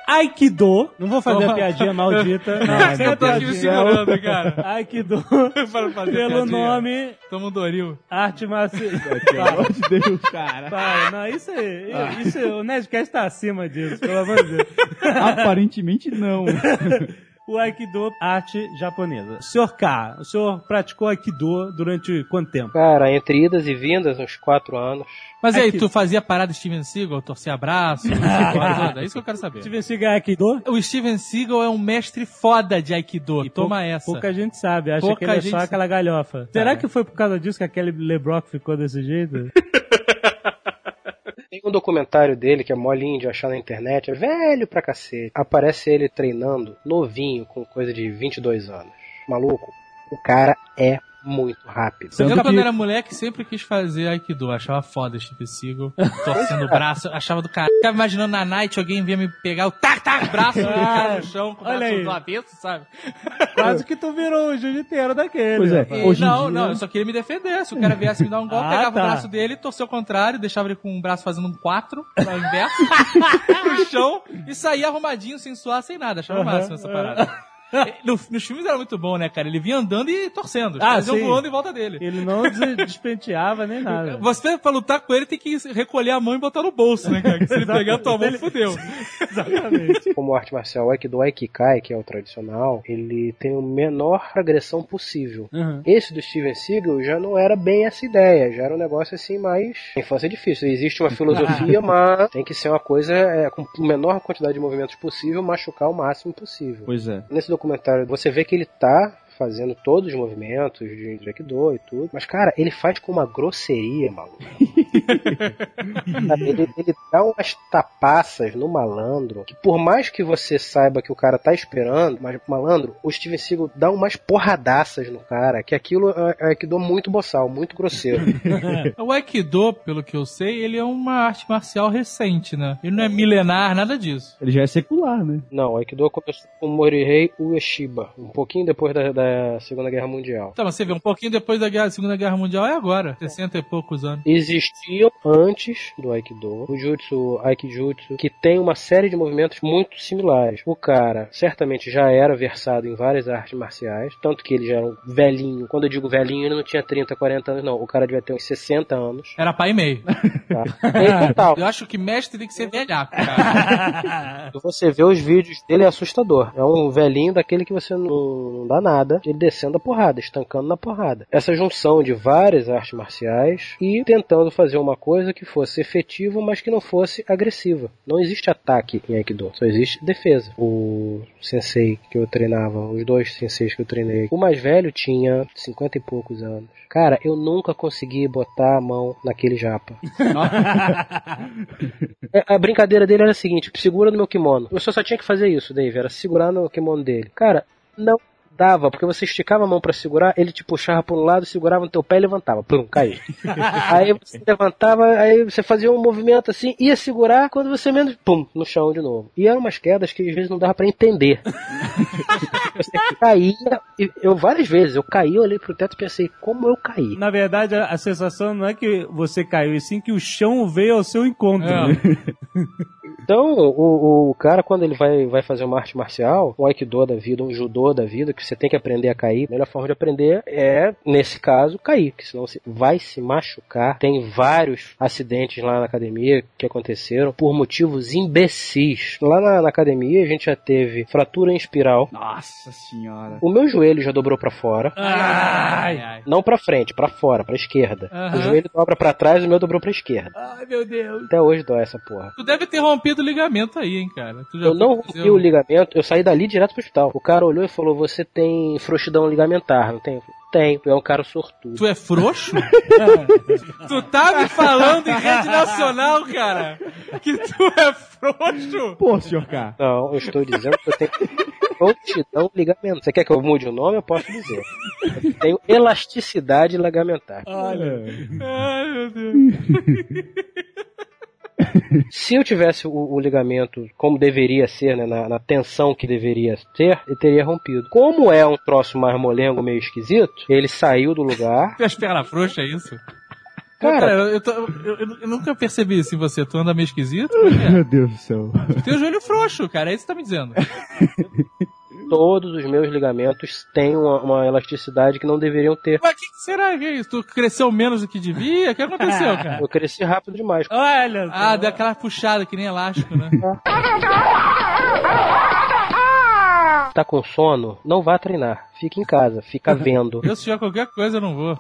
B: Aikido, não vou fazer a piadinha maldita. Não, sem a
E: Eu tô né? aqui me
B: piadinha.
E: segurando, cara.
B: Aikido,
E: Para fazer
B: pelo
E: piadinha.
B: nome,
E: Toma um Doril.
B: arte marcial.
D: Pelo amor de Deus, cara.
B: Para, não, isso aí. Isso, o Nerdcast tá acima disso, pelo amor de Deus.
D: Aparentemente não.
B: O Aikido, arte japonesa. Senhor K, o senhor praticou Aikido durante quanto tempo?
C: Cara, entre idas e vindas, uns quatro anos.
E: Mas e aí,
B: Aqui.
E: tu fazia parada Steven Seagal, torcia braço, essa coisa toda? É isso que eu quero saber.
B: Steven Seagal é Aikido?
E: O Steven Seagal é um mestre foda de Aikido. Toma
B: pouca,
E: essa.
B: Pouca gente sabe, acha
E: Pouca
B: que ele é só
E: gente-
B: aquela galhofa. Tá. Será que foi por causa disso que aquele LeBrock ficou desse jeito?
C: Tem um documentário dele que é molinho de achar na internet, é velho pra cacete. Aparece ele treinando, novinho, com coisa de 22 anos. Maluco, o cara é muito rápido.
E: Eu,
D: Tanto
E: quando
D: que-
E: era moleque, sempre quis fazer Aikido. Achava foda Steven Seagal, torcendo o braço. Achava do cara. Ficava imaginando na night alguém vinha me pegar o tac, tac, braço, do cara no chão, com o
B: Olha
E: braço
B: aí.
E: do avesso, sabe?
B: Quase que tu virou o jiu-jiteiro daquele.
D: Pois é.
E: E
D: Hoje em
E: não,
D: dia-
E: não, eu só queria me defender. Se o cara viesse me dar um golpe,
B: Ah,
E: pegava
B: tá.
E: o braço dele, torcia o contrário, deixava ele com o braço fazendo um 4 ao inverso, no chão, e saía arrumadinho, sem suar, sem nada. Achava o máximo essa parada. No- nos filmes era muito bom, né, cara? Ele vinha andando e torcendo. Os
B: Ah,
E: caras iam
B: sim. É.
E: voando em volta dele.
B: Ele não des- despenteava nem nada.
E: Você, pra lutar com ele, tem que recolher a mão e botar no bolso, né, cara? Que se ele pegar a tua mão, fudeu.
B: Exatamente.
C: Como arte marcial Aikido Aikikai, que é o tradicional, ele tem o menor agressão possível.
B: Uhum.
C: Esse do Steven Seagal já não era bem essa ideia, já era um negócio assim mais. A infância é difícil, existe uma filosofia, mas tem que ser uma coisa é, com a menor quantidade de movimentos possível, machucar o máximo possível.
D: Pois é.
C: Nesse documentário, você vê que ele tá fazendo todos os movimentos de Aikido e tudo. Mas, cara, ele faz com uma grosseria, maluco. ele, ele dá umas tapaças no malandro, que por mais que você saiba que o cara tá esperando, mas malandro, o Steven Seagal dá umas porradaças no cara, que aquilo é é Aikido muito boçal, muito grosseiro.
E: O Aikido, pelo que eu sei, ele é uma arte marcial recente, né? Ele não é milenar, nada disso.
D: Ele já é secular, né?
C: Não, o Aikido começou com Morihei Ueshiba, um pouquinho depois da- da Segunda Guerra Mundial.
E: Então, mas você vê, um pouquinho depois da guerra- Segunda Guerra Mundial é agora, 60 e poucos anos.
C: existiam antes do Aikido, o Jutsu, Aikijutsu, que tem uma série de movimentos muito similares. O cara certamente já era versado em várias artes marciais, tanto que ele já era um velhinho. Quando eu digo velhinho, ele não tinha 30, 40 anos, não. O cara devia ter uns 60 anos.
E: Era pai e meio.
C: Tá? Em total.
E: Eu acho que mestre tem que ser velhaco, cara.
C: Você vê os vídeos dele, é assustador. É um velhinho daquele que você não, não dá nada, ele descendo a porrada, estancando na porrada. Essa junção de várias artes marciais e tentando fazer uma coisa que fosse efetiva, mas que não fosse agressiva. Não existe ataque em Aikido, só existe defesa. O sensei que eu treinava, os dois senseis que eu treinei, o mais velho tinha 50 e poucos anos. Cara, eu nunca consegui botar a mão naquele japa. É, A brincadeira dele era a seguinte: segura no meu kimono. Eu só, só tinha que fazer isso, Dave, era segurar no kimono dele. Cara, não dava, porque você esticava a mão pra segurar, ele te puxava pra um lado, segurava no teu pé e levantava. Plum, caía. aí você levantava, aí você fazia um movimento assim, ia segurar, quando você menos, pum, no chão de novo. E eram umas quedas que às vezes não dava pra entender. você caía, e eu várias vezes, eu caí, eu olhei pro teto e pensei, como eu caí?
B: Na verdade, a a sensação não é que você caiu, e sim que o chão veio ao seu encontro.
E: É.
C: Então, o, o cara, quando ele vai, vai fazer uma arte marcial, um aikido da vida, um judô da vida, que você tem que aprender a cair, a melhor forma de aprender é, nesse caso, cair, que senão você vai se machucar. Tem vários acidentes lá na academia que aconteceram por motivos imbecis. Lá na, na academia, a gente já teve fratura em espiral.
D: Nossa senhora.
C: O meu joelho já dobrou pra fora.
E: Ah. Ai, ai.
C: Não pra frente, pra fora, pra esquerda.
E: Aham.
C: O joelho dobra pra trás, o meu dobrou pra esquerda.
E: Ai, meu Deus.
C: Até hoje dói essa porra.
E: Tu deve ter rompido o ligamento aí, hein, cara. Tu já um-
C: Eu não
E: foi fazer
C: rompi o ligamento, eu saí dali direto pro hospital. O cara olhou e falou: Você tem frouxidão ligamentar, não tem? Eu falei, Tem, tu é um cara sortudo.
E: Tu é frouxo? tu tá me falando em rede nacional, cara, que tu é frouxo?
D: Pô, senhor K.
C: Não, eu estou dizendo que eu tenho frouxidão ligamentar. Você quer que eu mude o nome? Eu posso dizer. Eu tenho elasticidade ligamentar.
D: Olha.
E: Ai, meu Deus.
C: Se eu tivesse o, o ligamento como deveria ser, né, na, na tensão que deveria ter, ele teria rompido. Como é um troço marmolengo meio esquisito, ele saiu do lugar.
E: Tem as pernas frouxas, é isso?
C: Cara.
E: Cara, eu, eu tô- eu- eu- eu nunca percebi isso em você. Tu anda meio esquisito? Como é que
D: Meu Deus do céu.
E: é? Tem o joelho frouxo, cara. É isso que tá me dizendo.
C: Todos os meus ligamentos têm uma, uma elasticidade que não deveriam ter.
E: Mas o que, que será que é isso? Tu cresceu menos do que devia? O que aconteceu, cara?
C: Eu cresci rápido demais.
B: Olha,
E: Ah, deu aquela puxada que nem elástico, né?
C: Tá com sono? Não vá treinar. Fica em casa, fica vendo.
E: Eu se tiver qualquer coisa, eu não vou.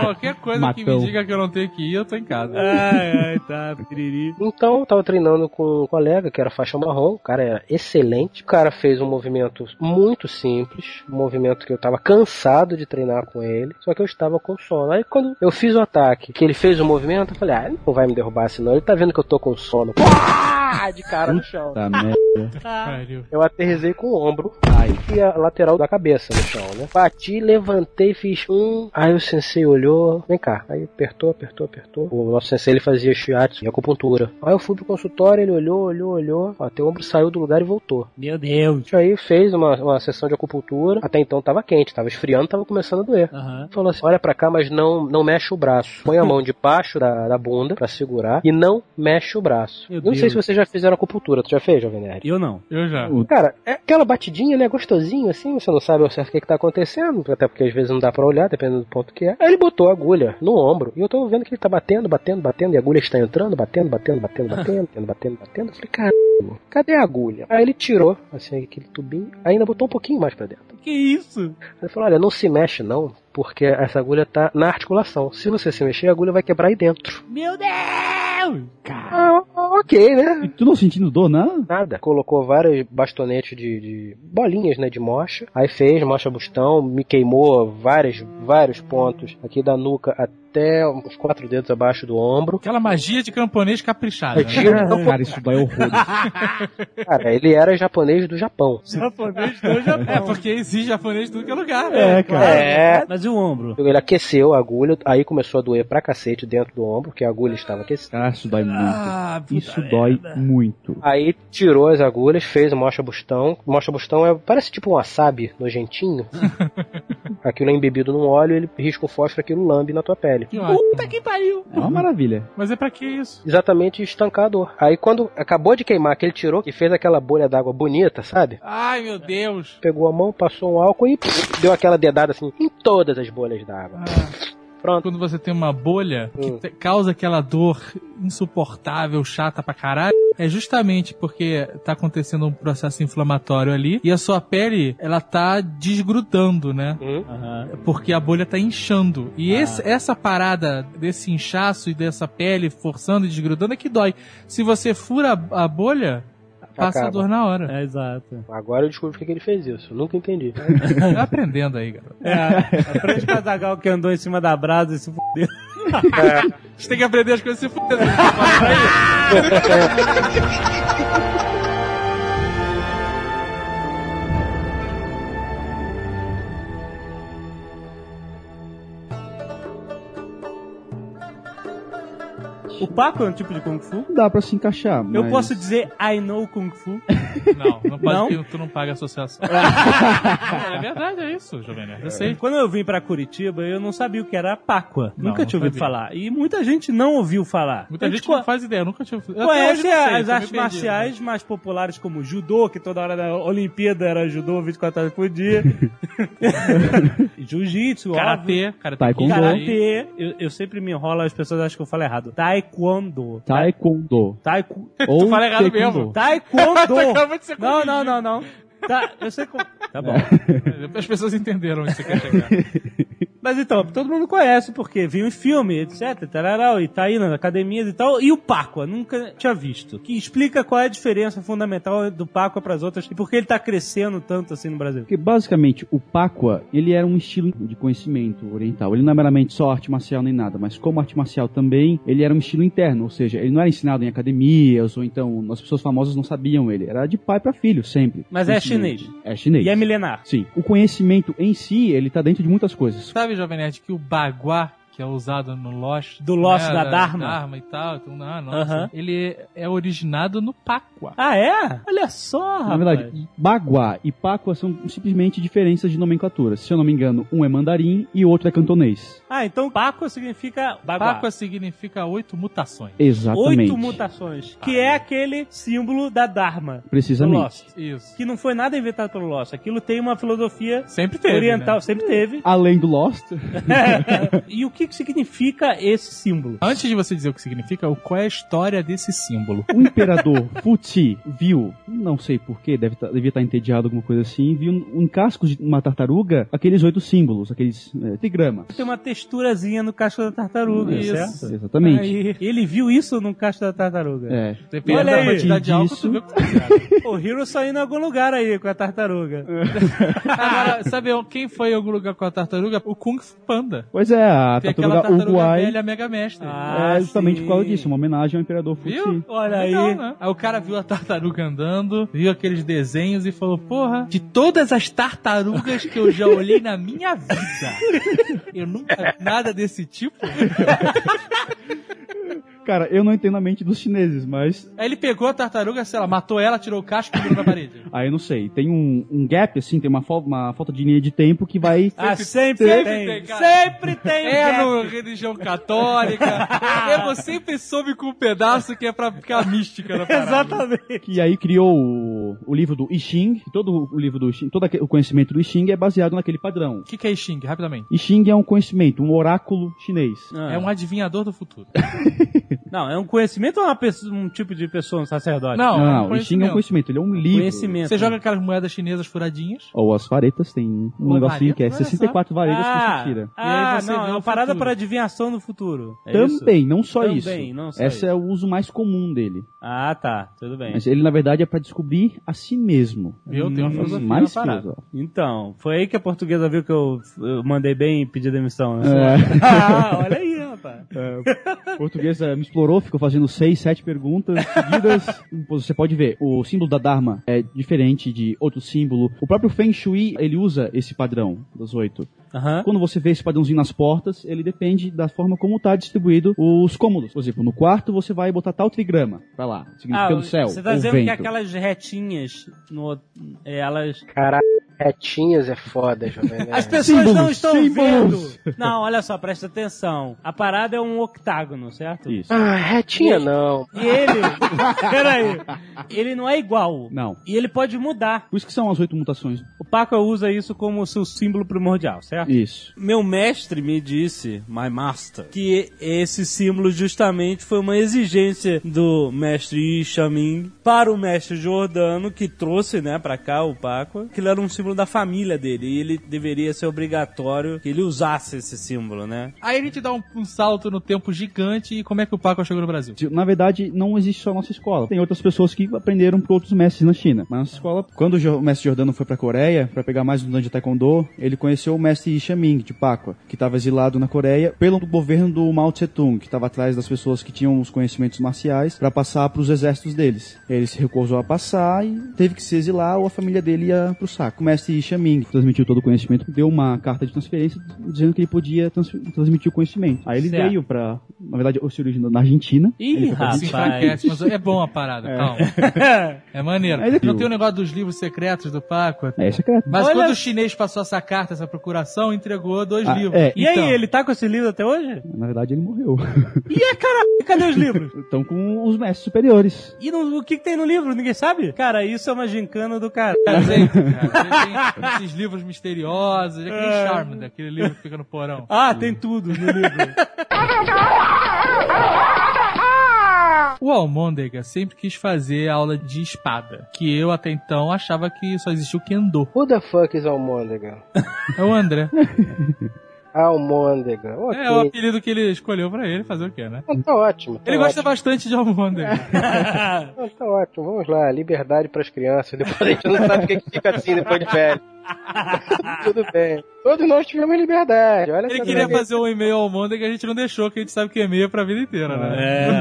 E: qualquer coisa que
D: Matão.
E: me diga que eu não tenho que ir, eu tô em casa.
B: Ai, ai, tá, piriri.
C: Então, eu tava treinando com um colega que era faixa marrom, o cara era excelente. O cara fez um movimento muito simples, um movimento que eu tava cansado de treinar com ele, só que eu estava com sono. Aí quando eu fiz o ataque, que ele fez o movimento, eu falei: "Ah, ele não vai me derrubar assim não, ele tá vendo que eu tô com sono". Pá! De cara no chão.
D: Tá merda.
E: Pariu.
C: Eu aterrisei com o ombro e a lateral da cabeça no chão, né? Bati, levantei, fiz um. Aí o sensei olhou, vem cá. Aí apertou, apertou, apertou. O nosso sensei ele fazia shiatsu e acupuntura. Aí eu fui pro consultório, ele olhou, olhou, olhou. Ó, teu ombro saiu do lugar e voltou.
B: Meu Deus.
C: Aí fez uma, uma sessão de acupuntura. Até então tava quente, tava esfriando, tava começando a doer.
B: Aham.
C: Falou assim: olha pra cá, mas não, não mexe o braço. Põe a mão debaixo da, da bunda pra segurar e não mexe o braço.
B: Meu
C: não sei
B: Deus.
C: se vocês já fizeram acupuntura. Tu já fez, Jovem Nerd?
B: Eu não.
E: Eu já.
C: Cara, é aquela batidinha, né? Gostosinho assim, você não sabe ao certo o que, que tá acontecendo, até porque às vezes não dá pra olhar, dependendo do ponto que é. Aí ele botou a agulha no ombro e eu tô vendo que ele tá batendo, batendo, batendo, e a agulha está entrando, batendo, batendo, batendo,
B: Ah.
C: batendo, batendo, batendo, batendo. Eu falei, caralho, cadê a agulha? Aí ele tirou, assim, aquele tubinho, ainda botou um pouquinho mais pra dentro.
B: Que isso?
C: Aí Ele falou, olha, não se mexe não, porque essa agulha tá na articulação. Se você se mexer, a agulha vai quebrar aí dentro.
B: Meu Deus!
C: Ah, ok, né?
D: E tu não sentindo dor, não?
C: Nada. Colocou vários bastonetes de, de bolinhas, né, de mocha. Aí fez mocha bustão, me queimou vários, vários pontos aqui da nuca até uns quatro dedos abaixo do ombro.
E: Aquela magia de camponês caprichada. né?
D: Cara, isso dói horror.
C: Cara, ele era japonês do Japão.
B: Japonês do Japão.
E: É, porque exige japonês de tudo que é lugar, né?
D: É, cara.
C: É.
B: Mas e o ombro?
C: Ele aqueceu a agulha, aí começou a doer pra cacete dentro do ombro, porque a agulha estava aquecida.
D: Cara, isso dói muito.
B: Ah, puta
D: Isso dói
B: merda.
D: muito.
C: Aí tirou as agulhas, fez o mocha bustão. O mocha bustão é, parece tipo um wasabi nojentinho. aquilo é embebido num óleo, ele risca o fósforo, aquilo lambe na tua pele.
E: Que ótimo.
D: É uma maravilha.
E: Mas é pra que isso?
C: exatamente estancador. Aí quando acabou de queimar, que ele tirou e fez aquela bolha d'água bonita, sabe?
E: Ai, meu Deus.
C: Pegou a mão, passou um álcool e pff, deu aquela dedada assim em todas as bolhas d'água.
E: Ah.
C: Pronto.
E: Quando você tem uma bolha que
C: Hum.
E: te- causa aquela dor insuportável, chata pra caralho, é justamente porque tá acontecendo um processo inflamatório ali e a sua pele, ela tá desgrudando, né?
C: Hum.
B: Aham.
E: Porque a bolha tá inchando. E
B: Ah.
E: esse- essa parada desse inchaço e dessa pele forçando e desgrudando é que dói. Se você fura a, a bolha, passa
C: Acaba.
E: a dor na hora.
B: É, exato.
C: Agora eu descubro por que que ele fez isso. Eu Nunca entendi.
E: Tá aprendendo aí, galera.
B: É, a frente do Azaghal que andou em cima da brasa e se fudeu.
E: A gente tem que aprender as coisas se né? fudendo.
B: O Paco é um tipo de Kung Fu?
D: Não dá pra se encaixar. Mas...
B: Eu posso dizer I know Kung Fu?
E: Não, não pode
B: Não?
E: que tu não paga a associação. é verdade, é isso, Jovem Nerd. Eu sei.
B: Quando eu vim pra Curitiba, eu não sabia o que era a Páqua.
E: Não,
B: Nunca
E: não
B: tinha ouvido
E: sabia.
B: falar. E muita gente não ouviu falar.
E: Muita
B: Eu
E: gente
B: te co-
E: não faz ideia, eu nunca tinha... até hoje
B: Conhece
E: não sei,
B: as
E: tô meio
B: artes
E: perdido. né?
B: marciais mais populares como judô, que toda hora da Olimpíada era judô 24 horas por dia. Jiu-jitsu, óbvio.
E: Karatê, karatê.
D: Taekwondo.
B: Karatê. Eu, eu sempre me enrolo, as pessoas acham que eu falo errado. Taekwondo.
D: Taekwondo.
B: Taekwondo.
D: Ou
E: fala errado
D: taekwondo.
E: mesmo.
B: Taekwondo.
E: Acabou de ser
B: não,
E: corrigido.
B: não, não, não. Tá, eu sei como...
E: É.
B: Tá bom.
E: As pessoas entenderam onde você quer chegar.
B: Mas então, todo mundo conhece, porque viu em filme, etc, tararau, e tá aí nas academias e tal. E o Páqua, nunca tinha visto. Que explica qual é a diferença fundamental do Páqua pras outras e por que ele tá crescendo tanto assim no Brasil.
D: Porque basicamente o Pakwa, ele era um estilo de conhecimento oriental. Ele não é meramente só arte marcial nem nada, mas como arte marcial também, ele era um estilo interno, ou seja, ele não era ensinado em academias ou então as pessoas famosas não sabiam ele. Era de pai pra filho sempre.
B: Mas é
D: Ensinamento.
B: chinês.
D: É chinês.
B: E é milenar.
D: Sim. O conhecimento em si, ele tá dentro de muitas coisas.
E: Sabe, Jovem Nerd, que o Baguá, que é usado no Lost. né,
B: Do Lost da Dharma.
E: Dharma e tal. Então, ah, nossa.
B: Aham.
E: Ele é originado no Pacwa.
B: Ah, é? Olha só,
D: Na
E: Ah,
B: rapaz.
D: verdade, Bagua e Pacua são simplesmente diferenças de nomenclatura. Se eu não me engano, um é mandarim e o outro é cantonês.
B: Ah, então Paco significa baguá.
E: Pacwa significa oito mutações.
D: Exatamente.
B: Oito mutações, que é aquele símbolo da Dharma. do
D: Precisamente.
B: Lost.
E: Isso.
B: Que não foi nada inventado pelo Lost. Aquilo tem uma filosofia
E: Sempre teve,
B: oriental,
E: né?
B: sempre teve.
D: Além do Lost,
B: e o que que significa esse símbolo?
E: Antes de você dizer o que significa, o- qual é a história desse símbolo?
D: o imperador Futi viu, não sei porquê, deve tá, devia estar entediado, alguma coisa assim, viu um casco de uma tartaruga, aqueles oito símbolos, aqueles é, trigramas.
B: Tem uma texturazinha no casco da tartaruga,
E: Isso.
B: certo?
D: É, Exatamente.
B: Aí, ele viu isso no casco da tartaruga.
D: É.
E: Depende
B: Olha
E: da
B: aí.
E: quantidade de álcool,
D: Disso.
E: tu vê é o que tu quiser.
B: O Hiro saiu em algum lugar aí com a
E: É.
B: tartaruga.
E: Agora, sabe quem foi em algum lugar com a tartaruga? O Kung Fu Panda.
D: Pois é, a
E: Tem aquela
D: tartaruga,
E: tartaruga
D: Uruguai
E: velha Mega Mestre.
B: Ah,
D: é justamente
B: sim.
D: por causa disso, uma homenagem ao imperador Futi.
E: Viu?
B: Olha aí.
E: Legal, né? Aí o cara viu a tartaruga andando, viu aqueles desenhos e falou: Porra, de todas as tartarugas que eu já olhei na minha vida, eu nunca vi nada desse tipo.
D: Cara, eu não entendo a mente dos chineses, mas
E: Aí ele pegou a tartaruga, sei lá, matou ela, tirou o casco e jogou na parede.
D: aí eu não sei. Tem um, um gap, assim, tem uma, fal- uma falta de linha de tempo que vai.
B: Ah, sempre,
E: sempre
B: tem.
E: tem, cara.
B: Sempre tem.
E: É
B: um
E: no
B: gap.
E: religião católica. Eu sempre soube com um pedaço que é pra ficar mística na parada.
B: Exatamente.
D: Que aí criou o, o livro do I Ching, que todo o livro do I Ching, todo aque- o conhecimento do I Ching é baseado naquele padrão.
E: O que, que é Xing, rapidamente?
D: I Ching é um conhecimento, um oráculo chinês.
B: Ah.
E: É um adivinhador do futuro.
B: Não, é um conhecimento ou uma pessoa- um tipo de pessoa, um sacerdote?
E: Não, é um
D: não, o I Ching é um conhecimento, ele é um livro.
B: Conhecimento.
E: Você joga aquelas moedas chinesas furadinhas.
D: Ou as varetas, tem um
E: Ou
D: negocinho
E: vareta,
D: que é
E: olha só.
D: 64 varetas que
B: ah,
D: você tira.
E: E
B: Ah,
E: aí você
B: não,
E: vê
B: é
E: o
B: uma parada
E: futuro.
B: para adivinhação do futuro. É isso?
D: Também, não só
B: Também,
D: isso.
B: não só
D: Esse
B: isso.
D: é o uso mais comum dele.
B: Ah, tá, tudo bem.
D: Mas ele, na verdade, é pra descobrir a si mesmo. Hum,
E: Viu? Tem uma filosofia na
D: mais
E: parada.
D: filosófico.
B: Então, foi aí que a portuguesa viu que eu, eu mandei bem e pedi demissão. Né?
D: É,
B: ah, olha aí, rapaz.
D: o português eh, me explorou, ficou fazendo seis, sete perguntas seguidas. Pô, Você pode ver, o símbolo da Dharma é diferente de outro símbolo. O próprio Feng Shui, ele usa esse padrão dos oito.
B: Aham.
D: Quando você vê esse padrãozinho nas portas, ele depende da forma como tá distribuído os cômodos. Por exemplo, no quarto você vai botar tal trigrama pra lá,
B: Ah,
D: significando céu,
B: você tá
D: ou
B: dizendo
D: vento.
B: que aquelas retinhas, no, é, elas...
C: Caralho, retinhas é foda, Jovem Nerd.
B: As pessoas não
D: Símbolos,
B: estão
D: símbolos.
B: vendo. Não, olha só, presta atenção. A parada é um octágono, certo?
D: Isso.
C: Ah, retinha não.
B: E ele, peraí, ele não é igual.
D: Não.
B: E ele pode mudar.
D: Por isso que são as oito mutações.
B: O Paco usa isso como seu símbolo primordial, certo?
D: Isso.
B: Meu mestre me disse, my master, que esse símbolo justamente foi uma exigência do mestre Ishamin para o mestre Jordano, que trouxe, né, pra cá o Paco, que ele era um símbolo da família dele, e ele deveria ser obrigatório que ele usasse esse símbolo, né?
E: Aí a gente dá um, um salto no tempo gigante e como é que o Paco chegou no Brasil?
D: Na verdade, não existe só a nossa escola. Tem outras pessoas que aprenderam por outros mestres na China. Mas nossa escola, quando o Jo- o mestre Jordano foi pra Coreia pra pegar mais um dan de taekwondo, ele conheceu o mestre Ishaming de Pacua, que estava exilado na Coreia pelo governo do Mao Tse Tung, que estava atrás das pessoas que tinham os conhecimentos marciais pra passar pros exércitos deles. Ele se recusou a passar e teve que se exilar ou a família dele ia pro saco. O mestre Ishaming transmitiu todo o conhecimento, deu uma carta de transferência dizendo que ele podia trans- transmitir o conhecimento. Aí ele
B: Certo.
D: veio pra, na verdade, se originou na Argentina.
B: Ih,
E: Ah, Sim,
B: rapaz.
E: enfraquece, mas é bom a parada, calma. É maneiro.
D: Aí ele
E: Não
D: viu.
E: tem o negócio dos livros secretos do Paco.
D: É secreto.
E: Mas
B: Olha-
E: quando o chinês passou essa carta, essa procuração, entregou dois
D: Ah,
E: livros.
D: é.
B: E
E: Então,
B: aí, ele tá com esse livro até hoje?
D: Na verdade, ele morreu.
B: E é caralho, cadê os livros?
D: Estão com os mestres superiores.
B: E no- o que, que tem no livro? Ninguém sabe? Cara, isso é uma gincana do cara.
E: Cara, gente, cara, É, tem esses livros misteriosos, aquele
B: É.
E: charme daquele livro que fica no porão.
B: Ah, tem tudo no livro.
E: O Almôndega sempre quis fazer aula de espada, que eu até então achava que só existia o Kendo.
C: Who the fuck is Almôndega?
E: É o André.
C: Almôndega. Ok.
E: É o apelido que ele escolheu pra ele, fazer o quê, né?
C: Então, tá ótimo.
B: É
C: tá
E: Ele gosta
C: ótimo.
E: bastante de Almôndega.
C: Então, tá ótimo. Vamos lá, liberdade pras crianças. Depois a gente não sabe o que, que fica assim depois de velho. Tudo bem. Todos nós tivemos liberdade. Olha
E: Ele
C: essa
B: É.
E: queria
C: merda.
E: fazer um e-mail ao Môndega que a gente não deixou, que a gente sabe que e-mail é pra vida inteira, né?
B: É.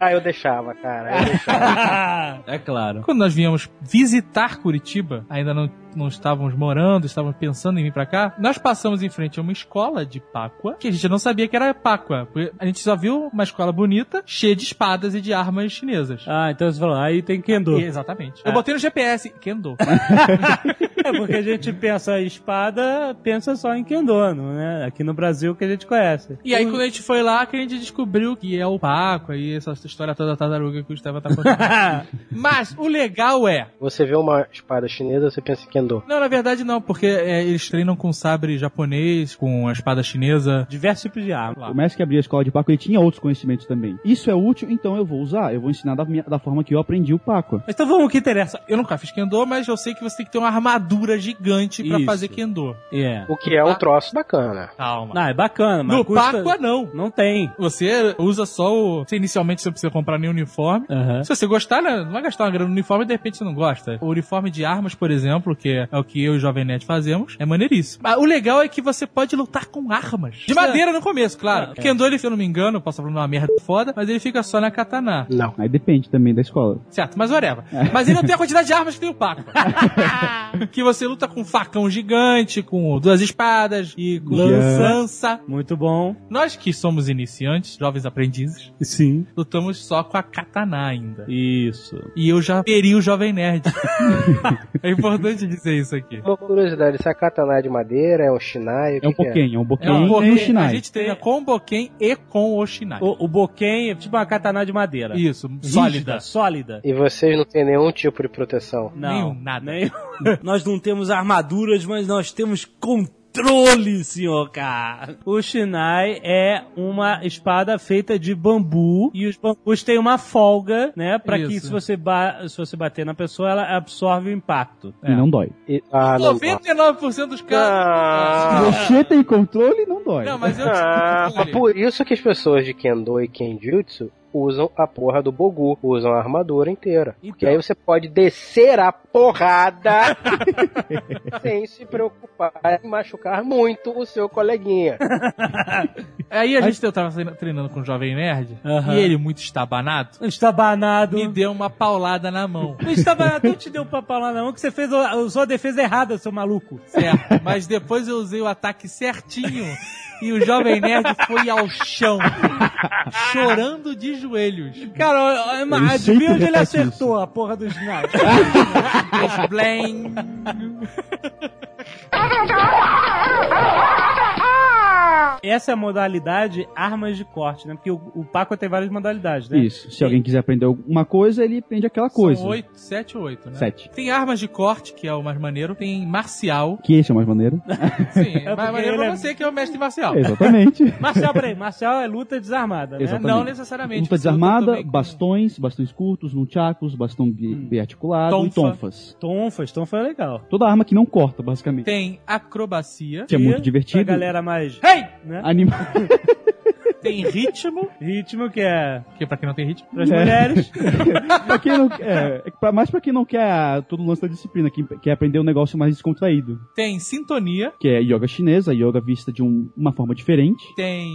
C: Ah, eu deixava, cara. Eu deixava.
G: É claro.
E: Quando nós viemos visitar Curitiba, ainda não, não estávamos morando, estávamos pensando em vir pra cá, nós passamos em frente a uma escola de Páqua, que a gente não sabia que era Páqua. porque A gente só viu uma escola bonita, cheia de espadas e de armas chinesas.
B: ah, então você falou, aí tem Kendo.
E: E- Exatamente. Eu botei no GPS, Kendo.
B: É porque a gente pensa em espada, pensa só em Kendo, não é? Aqui no Brasil que a gente conhece.
E: E aí, quando a gente foi lá, que a gente descobriu que é o Paco, aí essa história toda da tartaruga que o Estevam tá contando. Mas o legal é.
C: Você vê uma espada chinesa, você pensa em Kendo.
E: Não, na verdade não, porque é, eles treinam com sabre japonês, com a espada chinesa.
B: Diversos tipos de arma.
E: Lá.
D: O mestre que abriu a escola de Paco, ele tinha outros conhecimentos também. Isso é útil, então eu vou usar. Eu vou ensinar da, minha- da forma que eu aprendi o Paco.
B: Mas Então vamos ao que interessa.
E: Eu nunca fiz Kendo, mas eu sei que você tem que ter uma armadura gigante pra
B: Isso.
E: fazer Kendo.
B: É.
C: O que é um troço bacana.
E: Calma.
B: Ah, é bacana, mas
E: no
B: custa...
E: Paco, é- não.
B: Não tem.
E: Você usa só o. Você inicialmente você não precisa comprar nenhum uniforme. Se você gostar, né, não vai gastar uma grana no uniforme e de repente você não gosta. O uniforme de armas, por exemplo, que é o que eu e o Jovem Nerd fazemos, é maneiríssimo. Mas o legal é que você pode lutar com armas. De madeira no começo, claro.
B: É.
E: Kendo, ele, se eu não me engano, eu posso falar uma merda foda, mas ele fica só na katana.
C: Não.
D: Aí depende também da escola.
E: Certo, mas whatever. Mas ele não tem a quantidade de armas que tem o Paco. que você luta com um facão gigante, com duas espadas e com
D: Lança.
E: lança.
B: Muito bom.
E: Nós que somos iniciantes, jovens aprendizes,
B: Sim.
E: lutamos só com a katana ainda.
B: Isso.
E: E eu já peri o Jovem Nerd. é importante dizer isso aqui.
C: Uma curiosidade, se a katana é de madeira, é um shinai, o que
D: É um
C: que
D: pouquinho, é um
E: É
D: pouquinho
E: um
D: e um
E: Boken, a
D: Shinai.
E: gente treina com o Boken e com o Shinai.
B: O, o boquém é tipo uma katana de madeira.
E: Isso,
B: Sólida.
E: sólida.
B: Sólida.
C: E vocês não têm nenhum tipo de proteção.
B: Não.
E: Nenhum, nada.
B: Nem- nós não temos armaduras, mas nós temos controle, senhor K. O Shinai é uma espada feita de bambu e os bambus têm uma folga, né? Pra que
E: Isso.
B: se você, ba- se você bater na pessoa, ela absorve o impacto.
D: E não dói.
C: E- ah, não.
E: 99% dos casos.
C: Ah,
D: Você tem controle e não dói.
E: Não, mas eu.
C: ah, mas
E: Olha,
C: por isso que as pessoas de Kendo e Kenjutsu usam a porra do Bogu, usam a armadura inteira. Porque aí você pode descer a porrada sem se preocupar em machucar muito o seu coleguinha.
E: Aí a gente eu tava treina- treinando com o Jovem Nerd
B: Aham.
E: e ele, muito estabanado,
B: É. Está banado.
E: me deu uma paulada na mão.
B: Está banado. Não te deu pra falar não, que você fez, o- usou a defesa errada, seu maluco.
E: Certo, mas depois eu usei o ataque certinho e o Jovem Nerd foi ao chão, chorando de joelhos.
B: Cara, ó, ó, ima-
D: sempre
B: adivinha onde ele
D: repete
B: acertou a porra do Shinai.
E: Blém.
B: Essa é a modalidade armas de corte, né? Porque o, o Paco tem várias modalidades, né?
D: Isso. Se alguém quiser aprender alguma coisa, ele aprende aquela coisa.
E: é São oito, sete ou oito, né?
D: Sete.
E: Tem armas de corte, que é o mais maneiro. Tem marcial.
D: Que esse é o mais maneiro.
E: Sim, é
B: porque
E: mais maneiro pra
B: ele é-
E: você, que é o mestre marcial.
D: Exatamente.
B: Marcial, peraí, marcial é luta desarmada, né?
D: Exatamente.
E: Não necessariamente.
D: Luta
E: Você luta
D: desarmada,
E: também com- Hum.
D: bastões, bastões curtos, nunchakus, bastão bi- biarticulado e
E: Tonfa.
D: tonfas.
B: Tonfas, tonfa é legal.
D: Toda arma que não corta, basicamente.
E: Tem acrobacia.
D: Que é muito divertido.
B: Pra galera mais,
E: Hey!
B: né?
D: Anima...
E: Tem ritmo.
B: Ritmo que é
E: Que pra quem não tem ritmo.
B: pras
D: É.
B: mulheres.
D: pra quem não, é, é pra- mais pra quem não quer a- todo o lance da disciplina, que quer aprender um negócio mais descontraído.
E: Tem sintonia.
D: Que é yoga chinesa, yoga vista de um- uma forma diferente.
E: Tem...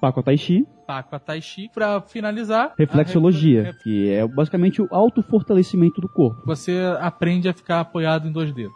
D: Paco Tai Chi,
E: Paco tá Tai Chi. Pra finalizar...
B: Ah,
E: a
D: reflexologia,
E: refle-
D: que é basicamente o autofortalecimento do corpo.
E: Você aprende a ficar apoiado em dois dedos.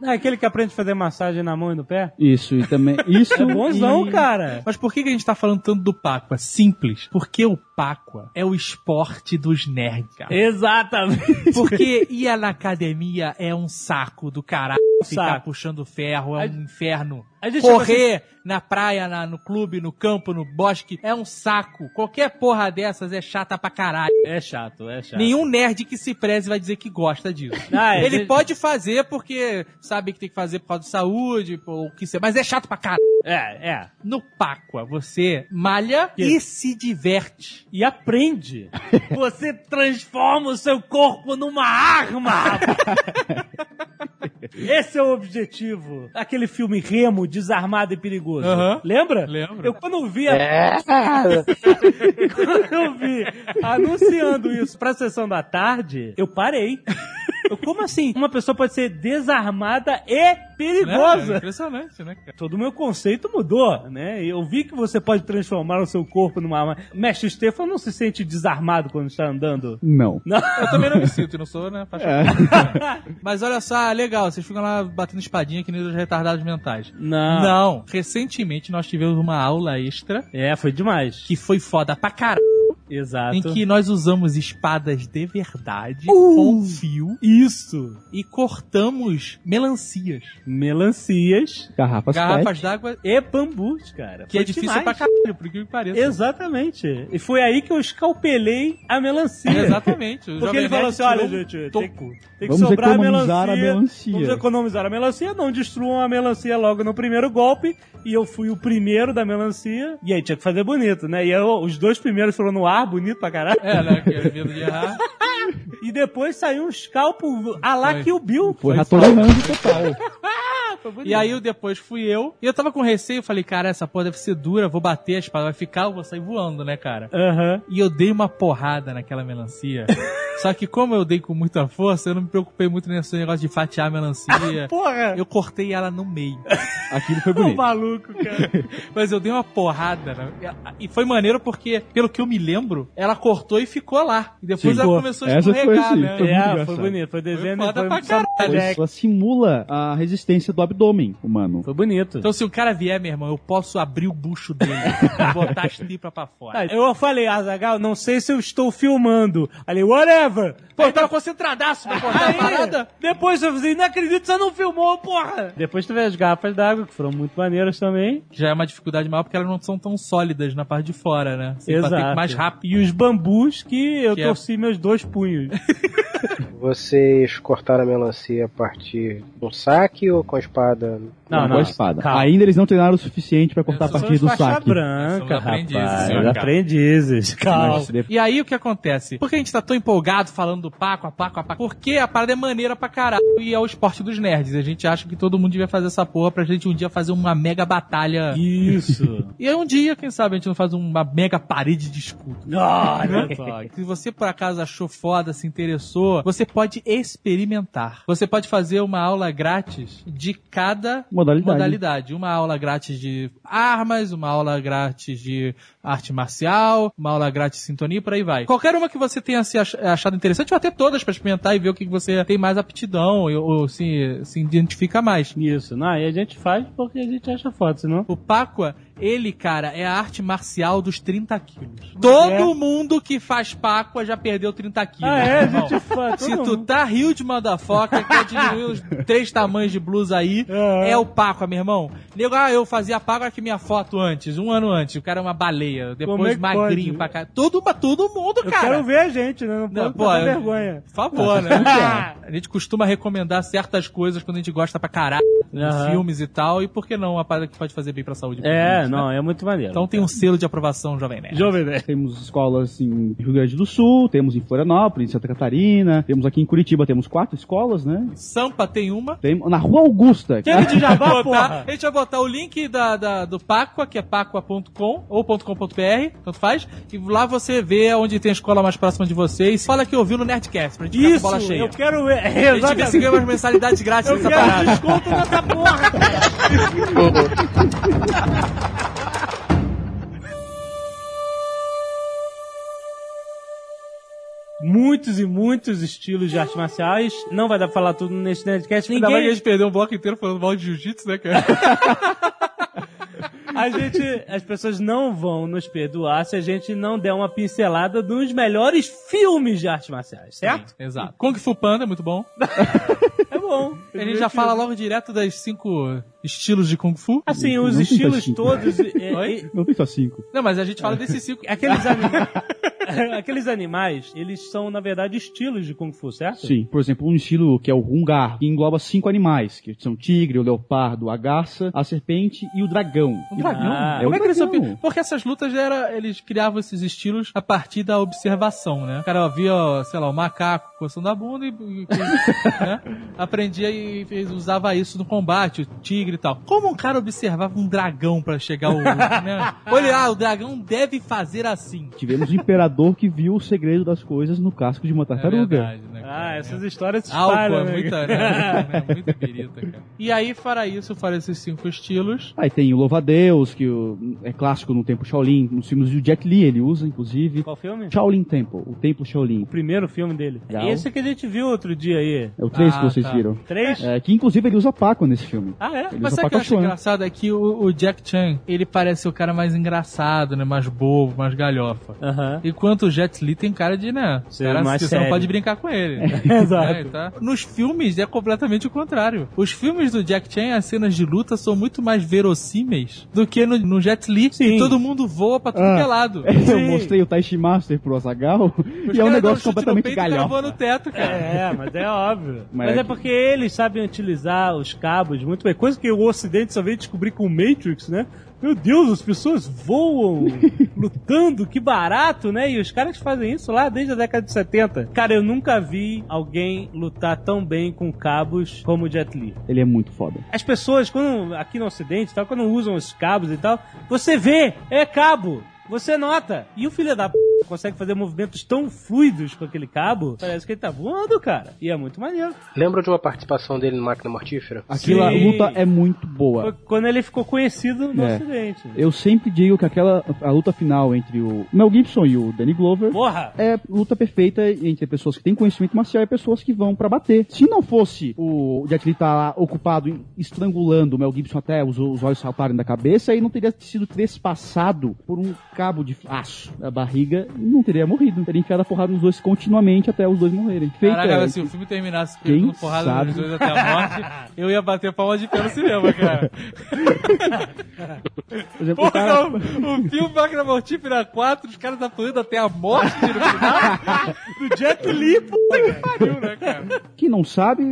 B: Não, é aquele que aprende a fazer massagem na mão e no pé.
D: Isso, e também. Isso
B: É bonzão,
D: e-
B: cara.
E: Mas por que que a gente tá falando tanto do Páqua? Simples. Porque o Páqua é o esporte dos nerds, cara.
B: Exatamente.
E: Porque ir na academia é um saco do caralho. Ficar
B: Um saco.
E: puxando ferro é um inferno.
B: A gente chama assim-
E: Correr na praia, na- no clube, no campo, no bosque é um saco. Qualquer porra dessas é chata pra caralho.
B: É chato, é chato.
E: Nenhum nerd que se preze vai dizer que gosta disso.
B: Ah, é,
E: Ele
B: gente-
E: pode fazer porque sabe que tem que fazer por causa de saúde, ou o que seja, mas é chato pra caralho.
B: É, é.
E: No Páqua, você malha e se diverte.
B: E aprende. Você transforma o seu corpo numa arma. rapaz. Esse é o objetivo. Aquele filme Remo, Desarmado e Perigoso.
E: Aham.
B: Lembra?
E: Lembro.
B: Eu quando eu vi, a-
C: É.
B: quando eu vi anunciando isso pra sessão da tarde, eu parei. Como assim? Uma pessoa pode ser desarmada e
E: Né? É
B: perigosa.
E: impressionante, né, cara?
B: Todo o meu conceito mudou, né? Eu vi que você pode transformar o seu corpo numa arma. Mestre Stefan não se sente desarmado quando está andando.
D: Não.
B: Não.
E: Eu também não me sinto, não sou, né? faixa preta. É. Mas olha só, legal, vocês ficam lá batendo espadinha que nem os retardados mentais.
B: Não.
E: Não, recentemente nós tivemos uma aula extra
B: É, foi demais.
E: que foi foda pra caralho,
B: Exato.
E: em que nós usamos espadas de verdade com fio
B: Isso.
E: e cortamos melancias,
B: Melancias
D: Garrafas,
E: garrafas d'água,
B: e bambus, cara.
E: que
B: Foi
E: é difícil
B: demais.
E: pra caralho, por que me pareça.
B: Exatamente. E foi aí que eu escalpelei a melancia.
E: Exatamente. O
B: Porque
E: Jovem
B: ele falou assim,
E: Nerd
B: olha,
E: tirou um
B: gente, tem,
E: toco.
B: tem que
D: Vamos
B: sobrar a melancia,
D: economizar a melancia.
B: Vamos economizar a melancia, não destruam a melancia logo no primeiro golpe. E eu fui o primeiro da melancia. E aí tinha que fazer bonito, né? E eu- os dois primeiros foram no ar, bonito pra caralho.
E: É, né, que é medo de errar.
B: E depois saiu um scalpo a lá
E: Foi.
B: Kill Bill.
D: Foi ratonando total.
E: E aí eu depois fui eu. E eu tava com receio, falei, cara, essa porra deve ser dura, vou bater a espada, vai ficar, eu vou sair voando, né, cara?
B: Aham.
E: E eu dei uma porrada naquela melancia. Só que como eu dei com muita força, eu não me preocupei muito nesse negócio de fatiar a melancia.
B: Porra!
E: Eu cortei ela no meio.
D: Aquilo foi
B: Ô,
D: bonito.
B: maluco, cara.
E: Mas eu dei uma porrada. né? E foi maneiro porque, pelo que eu me lembro, ela cortou e ficou lá. E depois
D: Sim.
E: ela começou a
D: Essa foi
E: escorregar,
D: assim,
E: né?
D: foi muito
B: é, foi
D: engraçado.
B: bonito. Foi desenho
E: Foi
B: foi,
E: foda pra
B: Samurai
E: caralho.
B: Jack.
D: Ela simula a resistência do abdômen humano.
B: Foi bonito.
E: Então se o cara vier, meu irmão, eu posso abrir o bucho dele e botar as tripas pra fora.
B: Tá, eu falei, Azagal, não sei se eu estou filmando. Aí, ele, whatever.
E: Pô, eu tava concentradaço pra cortar a
B: Aí,
E: parada.
B: depois eu falei, não acredito, você não filmou, porra! Depois teve as garrafas d'água, que foram muito maneiras também.
E: Já é uma dificuldade maior porque elas não são tão sólidas na parte de fora, né? Você
B: Exato.
E: tem que mais rápido.
B: E os bambus que eu
E: Que é-
B: torci meus dois punhos.
C: Vocês cortaram a melancia a partir de um saque ou com a espada?
B: Não, não,
D: Não, com a espada.
B: calma.
D: Ainda eles não treinaram o suficiente pra cortar a
E: Eu sou
D: partir do
B: faixa
D: saque. é
E: Somos
B: branca,
E: aprendizes,
B: rapaz.
E: senhor K.
B: Aprendizes, calma.
D: Mas de-
E: E aí o que acontece? Por que a gente tá tão empolgado falando do Paco, a Paco, a Paco? Porque a parada é maneira pra caralho e é o esporte dos nerds. A gente acha que todo mundo devia fazer essa porra pra gente um dia fazer uma mega batalha. E,
B: Isso.
E: aí um dia, quem sabe, a gente não faz uma mega parede de escudo.
B: Olha só.
E: Se você por acaso achou foda, se interessou, você pode experimentar. Você pode fazer uma aula grátis de cada
D: Modalidade.
E: modalidade. Uma aula grátis de armas, uma aula grátis de arte marcial, uma aula grátis de sintonia e por aí vai. Qualquer uma que você tenha se ach- achado interessante, ou até todas pra experimentar e ver o que que você tem mais aptidão ou, ou se, se identifica mais.
B: Isso, não, e a gente faz porque a gente acha foto, senão.
E: O Pacua, ele, cara, é a arte marcial dos 30 quilos.
B: É.
E: Todo mundo que faz Pacua já perdeu 30 quilos.
B: Ah, é, a
E: irmão.
B: gente faz.
E: Se tu tá rio de motherfucker, quer diminuir os três tamanhos de blusa aí, é, o Paco, meu irmão. Nego, ah, eu fazia Paco aqui minha foto antes, um ano antes. O cara é uma baleia,
B: Como é
E: depois
B: que
E: magrinho
B: pode?
E: pra cá. Todo, todo mundo,
B: Eu
E: cara.
B: quero ver a gente, né? Não pode
E: Não, pô,
B: passar
E: eu-
B: vergonha.
E: Por favor, né? A gente costuma recomendar certas coisas quando a gente gosta pra caralho
B: Aham.
E: de filmes e tal, e por que não? Uma parada que pode fazer bem pra saúde.
B: É,
E: principalmente, né?
B: não, é muito maneiro.
E: Então tem um selo de aprovação, Jovem né? Nerd.
B: Jovem Nerd.
D: Temos escolas em Rio Grande do Sul, temos em Florianópolis, em Santa Catarina, temos aqui em Curitiba, temos quatro escolas, né?
E: Sampa tem uma.
D: Tem, na Rua Augusta.
B: Chega de jabá,
E: Botar,
B: porra!
E: a gente vai botar o link da, da- do Pacua, que é pacua.com ou .com.br, tanto faz, e lá você vê onde tem a escola mais próxima de vocês. Fala que ouviu no Nerdcast, pra gente ficar com
B: Isso,
E: bola cheia.
B: eu quero ver.
E: A gente vê se ganha umas mensalidades grátis
B: Eu
E: nessa
B: quero
E: parada.
B: desconto nessa porra, cara. Muitos e muitos estilos de artes marciais. Não vai dar pra falar tudo neste Nerdcast.
E: Ainda mais que a
B: Ninguém...
E: gente perdeu um bloco inteiro falando mal de jiu-jitsu, né, cara?
B: A gente... As pessoas não vão nos perdoar se a gente não der uma pincelada dos melhores filmes de artes marciais, certo?
E: Exato. Kung Fu Panda é muito bom.
B: É bom.
E: A gente já fala logo direto das cinco estilos de Kung Fu.
B: Assim, os
D: Não tem
B: estilos
D: tanto.
B: todos... é-
E: Oi?
B: é-
D: Não tem só cinco.
E: Não, mas a gente fala desses cinco. É
B: Aqueles, ani- Aqueles animais, eles são, na verdade, estilos de Kung Fu, certo?
D: Sim. Por exemplo, um estilo que é o Hungar, que engloba cinco animais, que são o tigre, o leopardo, a garça, a serpente e o dragão.
E: Um dragão?
B: Ah,
E: Como
D: é
E: é
D: um
E: que eles são
D: dragão.
E: pi- Porque essas lutas era, eles criavam esses estilos a partir da observação, né? O cara via, ó, sei lá, o macaco coçando a bunda e, e- e- né? aprendia e fez- usava isso no combate, o tigre e tal. Como um cara observava um dragão pra chegar ao. Né? Olha, ah, o dragão deve fazer assim.
D: um Tivemos o imperador que viu o segredo das coisas no casco de uma
E: É
D: tartaruga.
E: verdade, né,
B: Ah, essas histórias se
E: Álcool,
B: espalham,
E: é
B: né?
E: muita, né? É muita birita, cara. E aí, para isso, para esses cinco estilos.
D: Aí tem o Louva-a-Deus, que o- é clássico no tempo Shaolin, nos filmes do Jet Li ele usa, inclusive.
B: Qual filme?
D: Shaolin Temple, o Templo Shaolin.
B: O primeiro filme dele. É
D: Legal.
B: Esse que a gente viu outro dia aí.
D: É o 3
E: Ah,
D: que vocês
E: tá.
D: viram.
B: Três?
D: É, que inclusive ele usa Paco nesse filme.
B: Ah, é?
D: Ele
E: Mas sabe
D: usa
E: o que eu
D: Paco
E: acho
D: Chuan.
E: engraçado? É que o, o Jack Chan, ele parece o cara mais engraçado, né? Mais bobo, mais galhofa.
B: Aham.
E: Enquanto o Jet Li tem cara de, né?
B: Ser
E: cara,
B: mais
E: que você não
B: sério.
E: pode brincar com ele.
D: É,
B: Exato.
E: Né, e tá? Nos filmes é completamente o contrário. Os filmes do Jack Chan, as cenas de luta são muito mais verossímeis do que no, no Jet Li,
B: Sim.
E: que todo mundo voa pra tudo
D: Ah.
E: que é lado.
D: Eu
B: Sim.
D: mostrei o Taishi Master pro Azagal
E: Os
D: e é um
E: caras dão
D: negócio
E: chute no
D: completamente
E: peito, o cara voa
D: galhofa.
E: no teto, cara.
B: É, mas é óbvio.
D: Mas-
B: Mas é porque eles sabem utilizar os cabos muito bem. Coisa que o Ocidente só veio descobrir com o Matrix, né? Meu Deus, as pessoas voam lutando, que barato, né? E os caras fazem isso lá desde a década de 70. Cara, eu nunca vi alguém lutar tão bem com cabos como o Jet Li.
D: Ele é muito foda.
B: As pessoas, quando aqui no Ocidente, e tal, quando usam os cabos e tal, você vê, é cabo, você nota. E o filho da p... consegue fazer movimentos tão fluidos com aquele cabo, parece que ele tá voando, cara. E é muito maneiro.
C: Lembra de uma participação dele no Máquina Mortífera?
D: Aquela
B: Sim.
D: luta é muito boa.
B: Foi quando ele ficou conhecido no
D: É.
B: Ocidente.
D: Eu sempre digo que aquela a luta final entre o Mel Gibson e o Danny Glover
B: Porra!
D: é luta perfeita entre pessoas que têm conhecimento marcial e pessoas que vão pra bater. Se não fosse o Jet Li estar lá ocupado em- estrangulando o Mel Gibson até os, os olhos saltarem da cabeça, aí não teria sido trespassado por um cabo de aço da barriga e não teria morrido. Teria enfiado a porrada nos dois continuamente até os dois morrerem. Feito
E: Caraca, assim,
D: é,
E: se o filme terminasse
D: Quem
E: pegando porrada
D: sabe?
E: dos dois até a morte, eu ia bater palma de pé no cinema, cara.
D: por exemplo,
E: Porra,
D: o
E: o,
D: cara-
E: o filme Máquina Mortífera 4, os caras apanhando até a morte no final. do Jet Li, puta que pariu, né, cara?
D: Quem não sabe,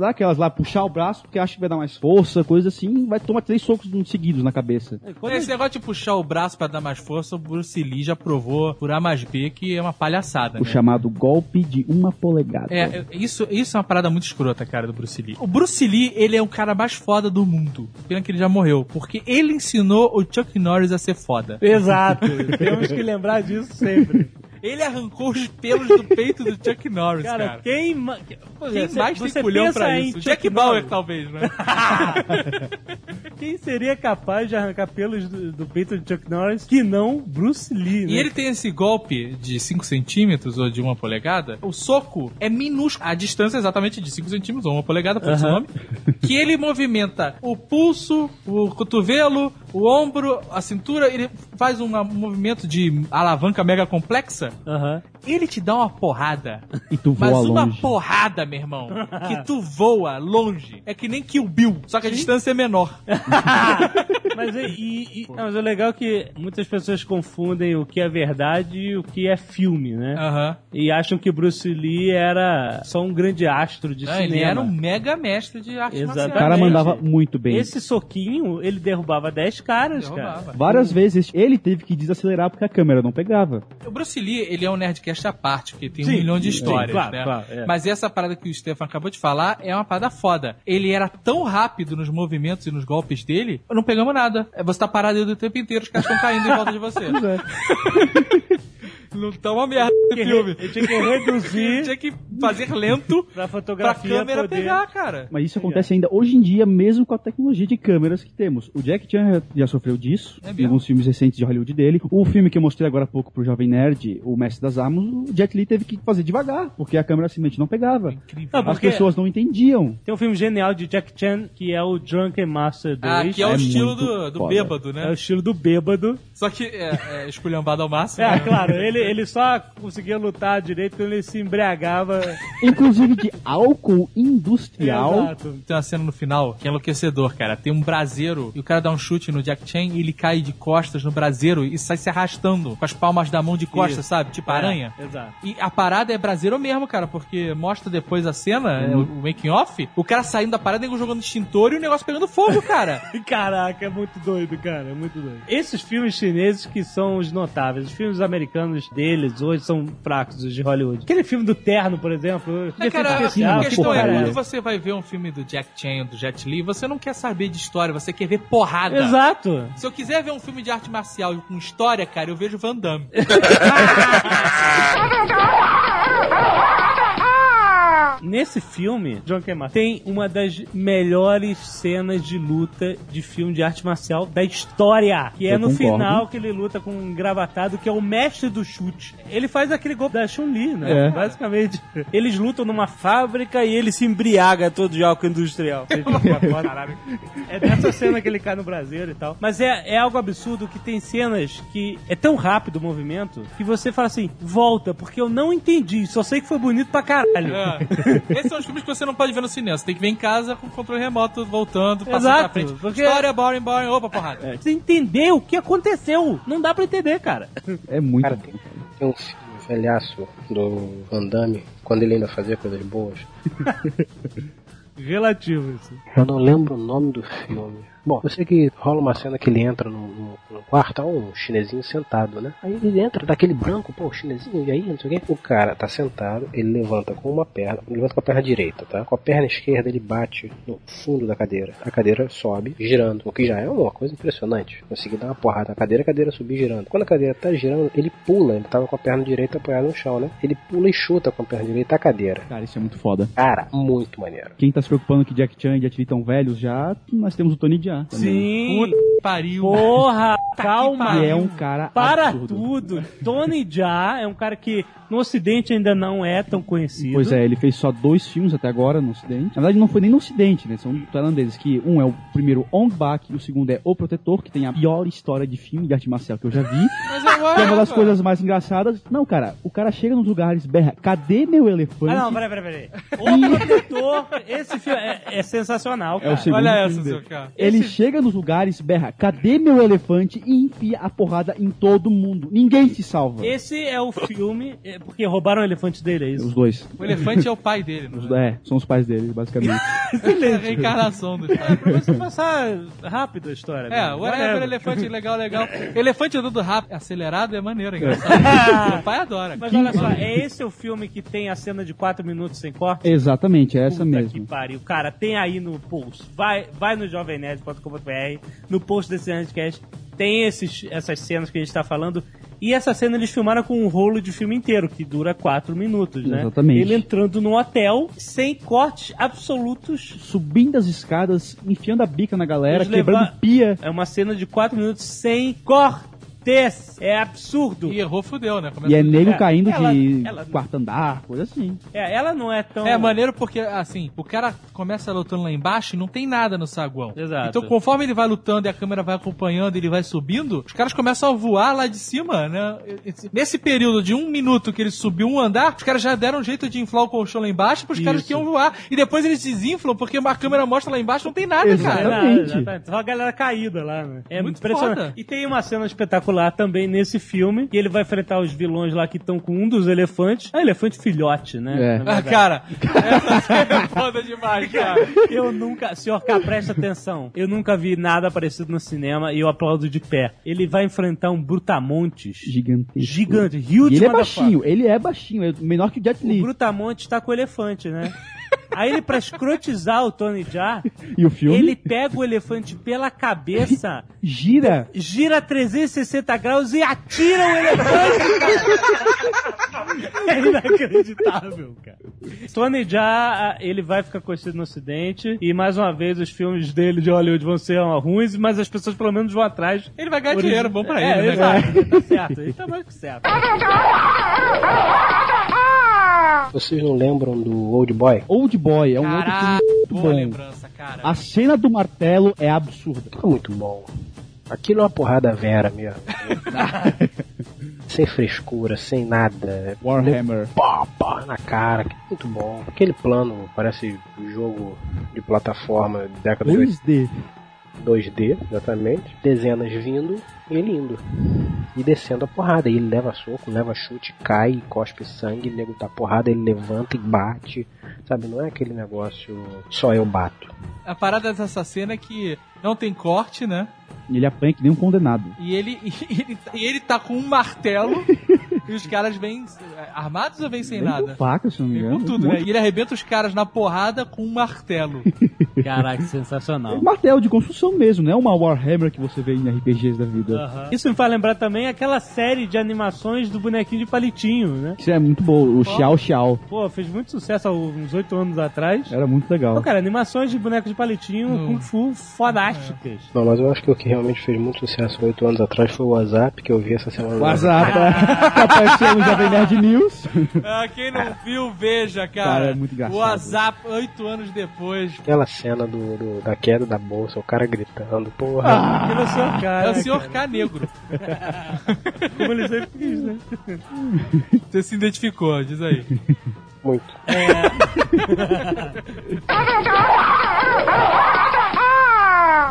D: dá aquelas lá, puxar o braço porque acha que vai dar mais força, coisa assim, vai tomar três socos seguidos na
E: É
D: cabeça.
B: Quando
E: Esse negócio de puxar o braço pra dar mais força, o Bruce Lee já provou por A mais B que é uma palhaçada,
D: O
E: né?
D: chamado golpe de uma polegada.
E: É, é, isso, isso é uma parada muito escrota, cara, do Bruce Lee. O Bruce Lee, ele é o cara mais foda do mundo. Pena que ele já morreu. Porque ele ensinou o Chuck Norris a ser foda.
B: Exato, temos que lembrar disso sempre.
E: Ele arrancou os pelos do peito do Chuck Norris,
B: Cara,
E: cara.
B: quem, ma... Pô,
E: Quem
B: é, você-
E: mais
B: você
E: tem culhão
B: pensa
E: pra
B: em
E: isso?
B: Chuck
E: Jack Bauer,
B: Norris.
E: talvez, né?
B: Quem seria capaz de arrancar pelos do, do peito de Chuck Norris que não Bruce Lee, né?
E: E ele tem esse golpe de 5 centímetros ou de 1 polegada. O soco é minúsculo. A distância é exatamente de 5 centímetros ou 1 polegada, por esse nome. Que ele movimenta o pulso, o cotovelo, o ombro, a cintura. Ele faz um ah, movimento de alavanca mega complexa.
B: Aham.
E: Ele te dá uma porrada.
D: E tu voa
E: Mas uma
D: longe.
E: porrada, meu irmão. Que tu voa longe. É que nem Kill Bill. Só que a distância é menor.
B: Mas, e- e- e- não, mas o legal é que muitas pessoas confundem o que é verdade e o que é filme, né?
E: Aham.
B: E acham que Bruce Lee era só um grande astro de
E: Não,
B: cinema.
E: ele era um mega mestre de arte
B: Exatamente.
D: O cara
E: marcial.
D: mandava muito bem.
B: Esse soquinho, ele derrubava 10 caras,
E: Derrubava.
B: cara.
D: Várias vezes ele teve que desacelerar porque a câmera não pegava.
E: O Bruce Lee, ele é um nerdcast à parte, porque tem
B: Sim,
E: um milhão de
B: sim,
E: histórias,
B: claro,
E: né?
B: claro, é.
E: Mas essa parada que o Stefan acabou de falar é uma parada foda. Ele era tão rápido nos movimentos e nos golpes dele, não pegamos nada. É, Você tá parado aí o tempo inteiro, os caras estão caindo em volta de você. Não tá uma merda esse filme.
B: Ele tinha é. que
E: Ele
B: reduzir
E: tinha que fazer lento
B: pra
E: pra
B: fotografia
E: câmera
B: poder...
E: pegar, cara.
D: Mas isso acontece ainda hoje em dia, mesmo com a tecnologia de câmeras que temos. O Jack Chan já- já sofreu disso
E: É
D: em
E: mesmo?
D: alguns filmes recentes de Hollywood dele. O filme que eu mostrei agora há pouco pro Jovem Nerd, O Mestre das Armas, o Jet Li teve que fazer devagar, porque a câmera simplesmente não pegava.
E: Incrível.
B: Não,
D: As
B: porque
D: pessoas não entendiam.
B: tem um filme genial de Jack Chan, que é o Drunken Master 2.
E: Ah, que é o
D: é
E: estilo
D: muito
E: do, do
D: foda.
E: bêbado,
B: É o
E: né?
B: estilo do bêbado.
E: Só que é, é esculhambado ao máximo.
B: É,
E: né?
B: claro, ele, ele só conseguia lutar direito quando ele se embriagava.
D: Inclusive de álcool industrial.
B: Exato.
E: Tem uma cena no final que é enlouquecedor, cara. Tem um braseiro e o cara dá um chute no Jack Chan e ele cai de costas no braseiro e sai se arrastando com as palmas da mão de costas,
B: Isso.
E: sabe? Tipo aranha.
B: É, exato.
E: E a parada é braseiro mesmo, cara, porque mostra depois a cena, é, o, o making off, o cara saindo da parada, nego jogando extintor e o negócio pegando fogo, cara.
B: Caraca, é muito doido, cara, é muito doido. Esses filmes chineses que são os notáveis, os filmes americanos deles hoje são fracos, os de Hollywood. Aquele filme do Terno, por exemplo,
E: É, cara, a
D: especial,
E: questão é,
D: porcaria.
B: né?
E: quando você vai ver um filme do Jack Chan ou do Jet Li, você não quer saber de história, você quer ver porrada.
B: Exato.
E: Se eu quiser ver um filme de arte marcial com história, cara, eu vejo Van Damme.
B: nesse filme, John K. Mark, tem uma das melhores cenas de luta de filme de arte marcial da história. Que é
D: Eu
B: no
D: concordo.
B: final que ele luta com um gravatado que é o mestre do chute. Ele faz aquele golpe da Chun-Li, né?
D: É.
B: Basicamente. Eles lutam numa fábrica e ele se embriaga todo de álcool industrial. Ele fica com a foda, caralho. É dessa cena que ele cai no braseiro e tal. Mas é, é algo absurdo que tem cenas que é tão rápido o movimento que você fala assim, volta, porque eu não entendi, só sei que foi bonito pra caralho.
E: É. Esses são os filmes que você não pode ver no cinema. Você tem que ver em casa com o controle remoto, voltando, passando
B: Exato,
E: pra frente.
B: porque-
E: História, boring, boring, opa,
D: É.
E: porrada.
B: Você É. entender o que aconteceu. Não dá pra entender, cara.
D: É muito
C: Cara,
D: bom.
C: tem, tem um filme velhaço do Van Damme, quando ele ainda fazia coisas boas.
B: Relativo isso.
C: Eu não lembro o nome do filme. Bom, eu sei que rola uma cena que ele entra num, num- num quarto, há um chinesinho sentado, né? Aí ele entra daquele branco, pô, o chinesinho, e aí, não sei o quê. O cara tá sentado, ele levanta com uma perna, ele levanta com a perna direita, tá? Com a perna esquerda ele bate no fundo da cadeira. A cadeira sobe, girando, o que já é uma coisa impressionante. Consegui dar uma porrada na cadeira, a cadeira subir girando. Quando a cadeira tá girando, ele pula, ele tava com a perna direita apoiada no chão, né? Ele pula e chuta com a perna direita a cadeira.
D: Cara, isso é muito foda.
C: Cara, muito maneiro.
D: Quem tá se preocupando que Jack Chan e Jet Li tão velhos já, nós temos o Tony Jaa. também.
B: Sim.
E: Puta pariu.
B: Porra, calma.
D: Tá Que é um cara
B: Para
D: absurdo.
B: tudo. Tony Jaa é um cara que no ocidente ainda não é tão conhecido.
D: Pois é, ele fez só dois filmes até agora no Ocidente. Na verdade, não foi nem no Ocidente, né? São tailandeses que um é o primeiro Ong Bak, e o segundo é O Protetor, que tem a pior história de filme de arte marcial que eu já vi.
E: Mas eu
D: Que é uma das
E: amo.
D: coisas mais engraçadas. Não, cara, o cara chega nos lugares, berra, cadê meu elefante?
B: Ah, não, peraí, peraí, peraí. O protetor, esse filme é, é sensacional,
D: É
B: cara.
D: o segundo
E: Olha
D: filme
E: essa,
D: dele.
E: seu cara.
D: Ele chega nos lugares, berra, cadê meu elefante? E enfia a porrada em todo mundo. Ninguém se salva.
B: Esse é o filme, é porque roubaram o elefante dele, é
D: Os
B: isso?
D: dois.
E: O elefante é o pai dele.
D: Os
E: Não
D: dois. É, são os pais dele, basicamente.
E: é? É a reencarnação do pai.
B: Começa a passar rápido a história.
E: É,
B: né?
E: o whatever, elefante, legal, legal. Elefante andando rápido, acelerado é maneiro, é engraçado. Meu pai adora.
B: Mas olha só, é esse o filme que tem a cena de 4 minutos sem corte?
D: Exatamente, é
B: Puta
D: essa mesmo.
B: que pariu. Cara, tem aí no post. Vai, vai no jovemnerd.com.br, no post desse Nerdcast, tem esses, essas cenas que a gente tá falando. E essa cena eles filmaram com um rolo de filme inteiro, que dura 4 minutos, né?
D: Exatamente.
B: Ele entrando no hotel, sem cortes absolutos.
D: Subindo as escadas, enfiando a bica na galera,
B: Eles levar-
D: quebrando pia.
B: É uma cena de 4 minutos sem cortes. É absurdo.
E: E errou, fudeu, né? Começa
D: E é nego
B: É,
D: caindo
B: ela-
D: de
B: ela-
D: quarto andar, coisa assim.
B: É, ela não é tão.
E: É maneiro porque, assim, o cara começa lutando lá embaixo e não tem nada no saguão.
B: Exato.
E: Então, conforme ele vai lutando e a câmera vai acompanhando, ele vai subindo, os caras começam a voar lá de cima, né? Esse- Nesse período de um minuto que ele subiu um andar, os caras já deram um jeito de inflar o colchão lá embaixo pros caras
B: Isso.
E: que iam voar. E depois eles desinflam porque a câmera mostra lá embaixo não tem nada,
B: É
E: cara.
B: nada,
D: Exatamente.
B: exatamente. Só a galera caída lá, né? É
E: Muito
B: muito impressionante.
E: foda.
B: E tem uma cena espetacular também nesse filme, que ele vai enfrentar os vilões lá que estão com um dos elefantes. É um elefante filhote, né?
D: É.
B: Na
E: Ah,
B: verdade.
E: cara, essa cena é foda demais, cara.
B: Eu nunca, senhor K, presta atenção. Eu nunca vi nada parecido no cinema e eu aplaudo de pé. Ele vai enfrentar um brutamontes
D: Gigantesco.
B: gigante, huge
D: E ele é
B: motherfucker.
D: baixinho, ele é baixinho, é menor que o Jet
B: O
D: Li.
B: brutamontes tá com o elefante, né? Aí ele, pra escrotizar o Tony Jaa,
D: E o filme
B: ele pega o elefante pela cabeça
D: gira.
B: gira 360 graus e atira o elefante, cara. É inacreditável, cara. Tony Jaa, ele vai ficar conhecido no ocidente e mais uma vez os filmes dele de Hollywood vão ser ruins, mas as pessoas pelo menos vão atrás.
E: Ele vai ganhar dinheiro, bom pra
B: é,
E: ele, né, cara?
B: exato, tá certo, ele tá mais que certo.
C: Vocês não lembram do Old Boy?
D: Old Boy é um
E: Caralho,
D: outro filme muito
E: boa
D: bom.
E: lembrança, cara.
D: A cena do martelo é absurda.
C: Tá muito bom. Aquilo é uma porrada vera mesmo. sem frescura, sem nada.
D: Warhammer.
C: Pá, pá, na cara. que Muito bom. Aquele plano parece um jogo de plataforma década de 80,
D: 2D.
C: 2D, exatamente. Dezenas vindo e ele indo. E descendo a porrada. E ele leva soco, leva chute, cai, cospe sangue, o nego tá porrada, ele levanta e bate. Sabe, não é aquele negócio só eu bato.
E: A parada dessa cena é que não tem corte, né?
D: Ele apanha que nem um condenado.
E: E ele, e ele, e ele tá com um martelo E os caras vêm é, armados ou vêm sem
D: Vem
E: nada?
D: Com um faca, se não me
E: Vem
D: engano.
E: com tudo,
D: Um
E: né?
D: monte
E: E ele arrebenta os caras na porrada com um martelo.
G: Caraca,
D: de
G: sensacional.
D: Martelo de construção mesmo, não é uma Warhammer que você vê em RPGs da
E: Ah.
D: vida.
B: Isso me faz lembrar também aquela série de animações do bonequinho de palitinho, né?
D: Isso é muito bom, o Xiao Xiao.
B: Pô, fez muito sucesso há uns oito anos atrás.
D: Era muito legal.
B: Pô, cara, animações de bonecos de palitinho, Kung Fu, fodásticas.
C: Não, mas eu acho que o que realmente fez muito sucesso oito anos atrás foi o WhatsApp, que eu vi essa semana.
D: WhatsApp, que apareceu tá? no Jovem Nerd News.
E: Ah, quem não viu, veja, cara.
D: Cara, é muito engraçado.
E: O WhatsApp, oito anos depois.
C: Aquela cena do, do- da queda da bolsa, o cara gritando, porra.
B: Pelo seu cara.
E: É o senhor K negro.
B: Como ele sempre quis, né?
E: Você se identificou, diz aí.
C: Muito.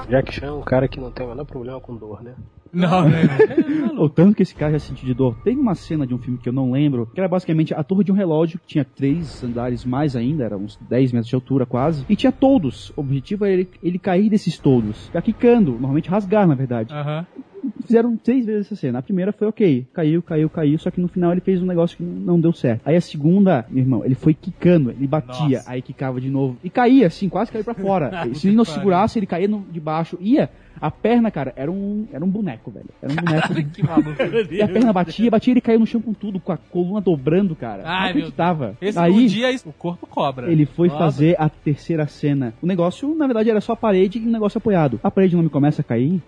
C: Jack Chan é um cara que não tem o menor problema com dor, né?
E: Não, né?
D: O tanto que esse cara já sentiu de dor. Tem uma cena de um filme que eu não lembro, que era basicamente a torre de um relógio, que tinha três andares mais ainda, era uns 10 metros de altura quase, e tinha todos. O objetivo era ele, ele cair desses todos. Ficar quicando, normalmente rasgar, na verdade.
E: Aham.
D: Fizeram três vezes essa cena. A primeira foi ok, caiu, caiu, caiu, só que no final ele fez um negócio que não deu certo. Aí a segunda, meu irmão, ele foi quicando, ele batia,
E: Nossa.
D: aí quicava de novo. E caía, assim, quase caiu pra fora. E Se ele não
E: pariu.
D: segurasse, ele caía no- de baixo, ia. A perna, cara, era um, era um boneco, velho. Era um boneco de
E: Que maluco.
D: e a perna batia, batia, ele caiu no chão com tudo, com a coluna dobrando, cara.
E: Ai,
D: não acreditava.
E: Esse um
D: Aí
E: dia o corpo cobra.
D: ele foi
E: Foda.
D: fazer a terceira cena. O negócio, na verdade, era só a parede e um negócio apoiado. A parede não me começa a cair.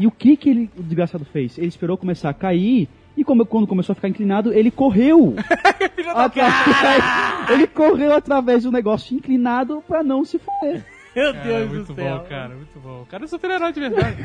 D: E o que que ele, o desgraçado fez? Ele esperou começar a cair e como, quando começou a ficar inclinado, ele correu. através, ele correu através do negócio inclinado pra não se fuder.
B: Meu
E: Cara,
B: Deus
E: É, muito
B: do céu.
E: bom, cara, muito bom. O cara é super-herói de verdade.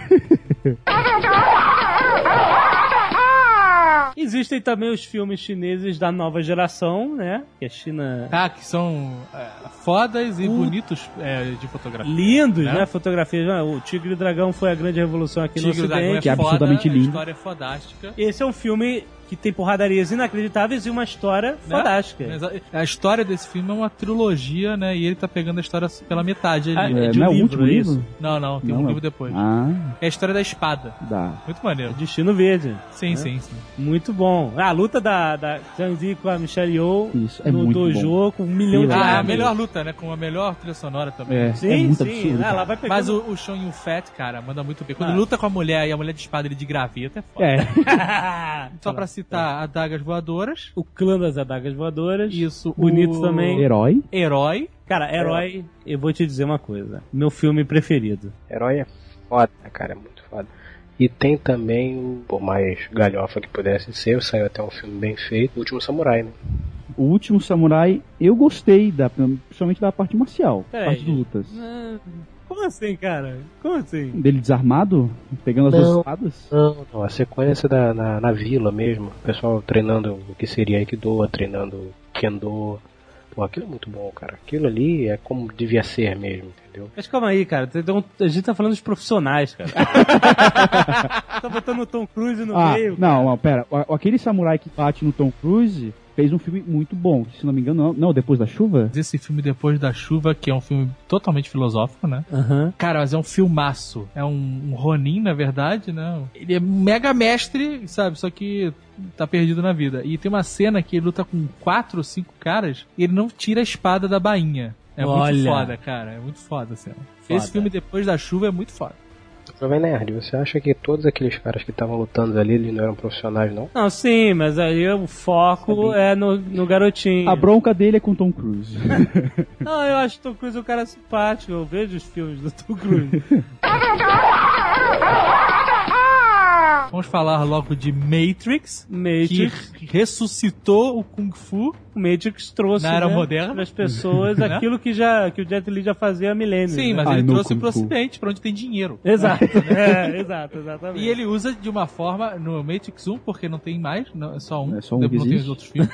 B: Existem também os filmes chineses da nova geração, né? Que a China.
E: tá, que são é, fodas e bonitos é, de fotografia.
B: Lindos,
E: É.
B: né? Fotografias. né? O Tigre e o Dragão foi a grande revolução aqui
E: Tigre
B: no
E: e o Dragão
B: Ocidente.
E: é
D: que é
E: foda,
D: absurdamente
E: A
D: lindo.
E: história é fodástica.
B: Esse é um filme que tem porradarias inacreditáveis e uma história
E: Né?
B: fodástica.
E: Mas a, a história desse filme é uma trilogia, né? E ele tá pegando a história pela metade ali.
D: É,
B: de
D: não é o
B: livro,
D: último
B: é
D: livro?
B: isso?
E: Não, não, tem
D: Não,
E: um
D: é-
E: livro depois.
D: Ah,
E: É a história da espada.
D: dá.
E: Muito maneiro.
B: Destino Verde.
E: Sim,
D: É?
E: sim, sim.
B: Muito bom. Ah, A luta da, da Zhang Zi com a Michelle Yeoh
D: Isso, é
B: no
D: muito
B: dojo com um milhão de
D: Pela-
E: Ah, é a
B: armas.
E: melhor luta, né? Com a melhor trilha sonora também.
D: É,
B: Sim,
D: é muito
B: sim.
D: absurdo.
B: Ah,
D: cara.
B: ela vai pegando...
E: Mas o, o Sean e o Fat, cara, manda muito bem. Quando
B: Ah.
E: luta com a mulher e a mulher de espada ele de graveta, é foda.
D: É.
E: Só pra citar adagas voadoras.
B: O clã das adagas voadoras.
E: Isso.
B: Bonito
E: o
B: também.
D: Herói.
E: Herói.
B: Cara, herói, eu vou te dizer uma coisa. Meu filme preferido.
C: Herói é foda, cara, é muito foda. E tem também o, por mais galhofa que pudesse ser, saiu até um filme bem feito, O Último Samurai, né?
D: O Último Samurai, eu gostei, da, principalmente da parte marcial,
B: Peraí.
D: parte de lutas.
B: Como assim, cara? Como assim?
D: Dele desarmado, pegando as
C: Não.
D: duas espadas.
C: Não, não, a sequência da, na, na vila mesmo, o pessoal treinando o que seria Aikido, treinando Kendo. Pô, aquilo é muito bom, cara. Aquilo ali é como devia ser mesmo, entendeu?
B: Mas calma aí, cara. Tem- tem um- A gente tá falando dos profissionais, cara. tá botando o Tom Cruise no
D: Ah,
B: meio.
D: não, não, pera. O- Aquele samurai que bate no Tom Cruise fez um filme muito bom, que, se não me engano, não, não, depois da chuva?
E: Esse filme Depois da Chuva, que é um filme totalmente filosófico, né?
B: Aham.
E: Cara, mas é um filmaço. É um, um Ronin, na verdade, né? Ele é mega mestre, sabe? Só que tá perdido na vida. E tem uma cena que ele luta com quatro ou cinco caras e ele não tira a espada da bainha. É
G: Olha.
E: muito foda, cara. É muito foda a cena.
G: Foda.
E: Esse filme Depois da Chuva é muito foda.
C: Jovem Nerd, você acha que todos aqueles caras que estavam lutando ali, eles não eram profissionais, não?
B: Não, sim, mas aí o foco é no, no garotinho.
D: A bronca dele é com o Tom Cruise.
B: Não, eu acho o Tom Cruise um cara simpático. Eu vejo os filmes do Tom Cruise.
E: Vamos falar logo de Matrix. Que
B: Matrix,
E: ressuscitou o Kung Fu.
B: o Matrix trouxe
E: Na era
B: né,
E: moderna.
B: para as pessoas
E: Né?
B: aquilo que já que o Jet Li já fazia há milênios.
E: Sim,
B: né?
E: mas
D: Ah,
E: ele
D: no
E: trouxe
D: Kung
E: pro
D: Fu.
E: ocidente, pra onde tem dinheiro.
B: Exato. é, exato, exatamente.
E: E ele usa de uma forma, no Matrix 1, porque não tem mais, não, é só um,
D: É só um que
E: não tem
D: existe.
E: os outros filmes.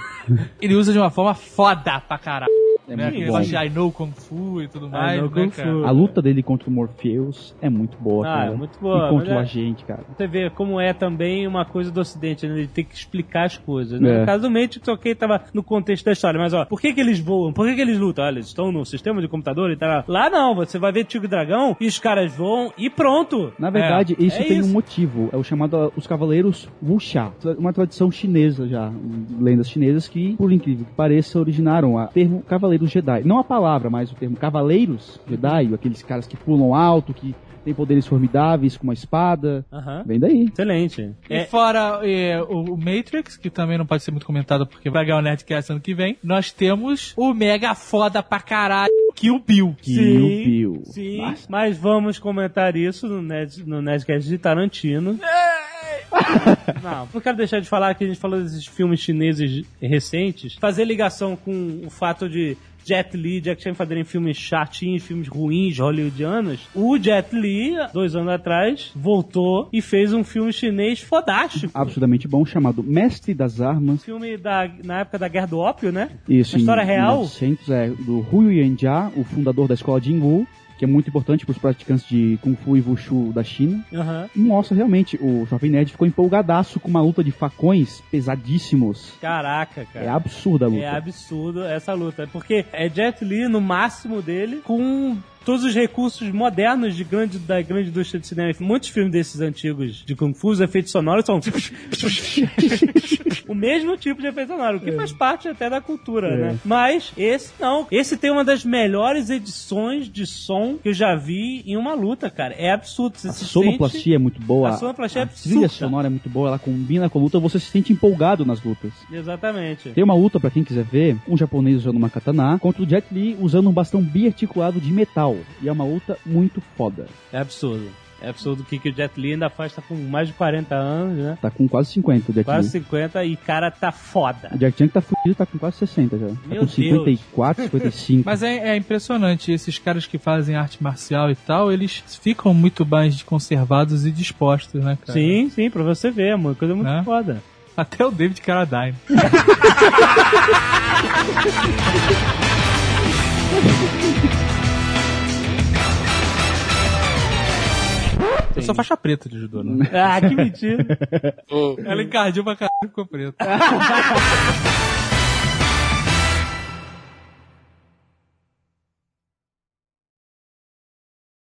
E: ele usa de uma forma foda pra caralho.
D: É
E: né?
D: muito
E: Aquele
D: bom.
E: negócio de I know Kung Fu e tudo mais,
B: know
E: né,
B: Kung
E: cara?
B: Fu.
D: A luta dele contra o Morpheus é muito boa,
B: Ah,
D: cara.
B: é muito boa,
D: E
B: mas
D: contra o
B: é-
D: agente, cara.
B: Você vê como é também uma coisa do Ocidente, né? Ele tem que explicar as coisas. Né?
D: É.
B: No caso do Matrix, ok, tava no contexto da história, mas ó, por que que eles voam? Por que que eles lutam? Olha, eles estão no sistema de computador e tal. Lá não, você vai ver Tigo e Dragão e os caras voam e pronto.
D: Na verdade,
B: É,
D: isso
B: é
D: tem
B: isso.
D: um motivo. É o chamado ah, Os Cavaleiros Wuxia. Uma tradição chinesa já, um, lendas chinesas que, por incrível que pareça, originaram o termo Cavaleiros Jedi. Não a palavra, mas o termo Cavaleiros
B: Uhum.
D: Jedi, aqueles caras que pulam alto, que têm poderes formidáveis, com uma espada.
B: Aham.
D: Vem daí.
B: Excelente.
E: E fora é, o o Matrix, que também não pode ser muito comentado porque vai ganhar o Nerdcast ano que vem, nós temos o mega foda pra caralho, Kill Bill.
D: Kill Bill.
B: Sim,
D: Nossa.
B: mas vamos comentar isso no, Nerd, no Nerdcast de Tarantino. Não, não quero deixar de falar que a gente falou desses filmes chineses recentes. Fazer ligação com o fato de Jet Li e Jack Chan fazerem filmes chatinhos, filmes ruins, hollywoodianos. O Jet Li, dois anos atrás, voltou e fez um filme chinês fodástico. Um
D: Absurdamente bom, chamado Mestre das Armas.
B: Filme da, na época da Guerra do Ópio, né?
D: Isso,
B: Uma história real?
D: 1900, é, do Ryu Yanjia, o fundador da escola Jingu, que é muito importante para os praticantes de Kung Fu e Wushu da China.
B: Aham.
D: Nossa, realmente, o Jovem Nerd ficou empolgadaço com uma luta de facões pesadíssimos.
B: Caraca, cara.
D: É absurda a luta.
B: É absurdo essa luta. Porque é Jet Li no máximo dele com todos os recursos modernos de grande, da grande indústria de cinema. Muitos filmes desses antigos de Kung Fu, os efeitos sonoros são... o mesmo tipo de efeito sonoro,
D: É.
B: que faz parte até da cultura, né? Mas esse não. Esse tem uma das melhores edições de som que eu já vi em uma luta, cara. É absurdo. Você
D: A
B: se
D: sonoplastia
B: sente...
D: é muito boa.
B: A sonoplastia é
D: a trilha
B: absurda.
D: sonora é muito boa, ela combina com a luta, você se sente empolgado nas lutas.
B: Exatamente.
D: Tem uma luta, pra quem quiser ver, um japonês usando uma katana contra o Jet Li usando um bastão biarticulado de metal. E é uma luta muito foda.
B: É absurdo. É absurdo o que, que o Jet Li ainda faz, tá com mais de 40 anos, né?
D: Tá com quase 50 o Jet
B: Quase
D: Li.
B: 50 e cara tá foda.
D: O Jack Chan que tá fudido, tá com quase 60 já. tá
B: Meu
D: com 54, 55.
E: Mas é, é impressionante, esses caras que fazem arte marcial e tal, eles ficam muito mais conservados e dispostos, né, cara?
B: Sim, sim, pra você ver, amor. Coisa muito
E: Né?
B: foda.
E: Até o David Carradine. Eu sou faixa preta de judô, né?
B: Ah, que mentira.
E: Ela encardiu pra caralho e ficou preta.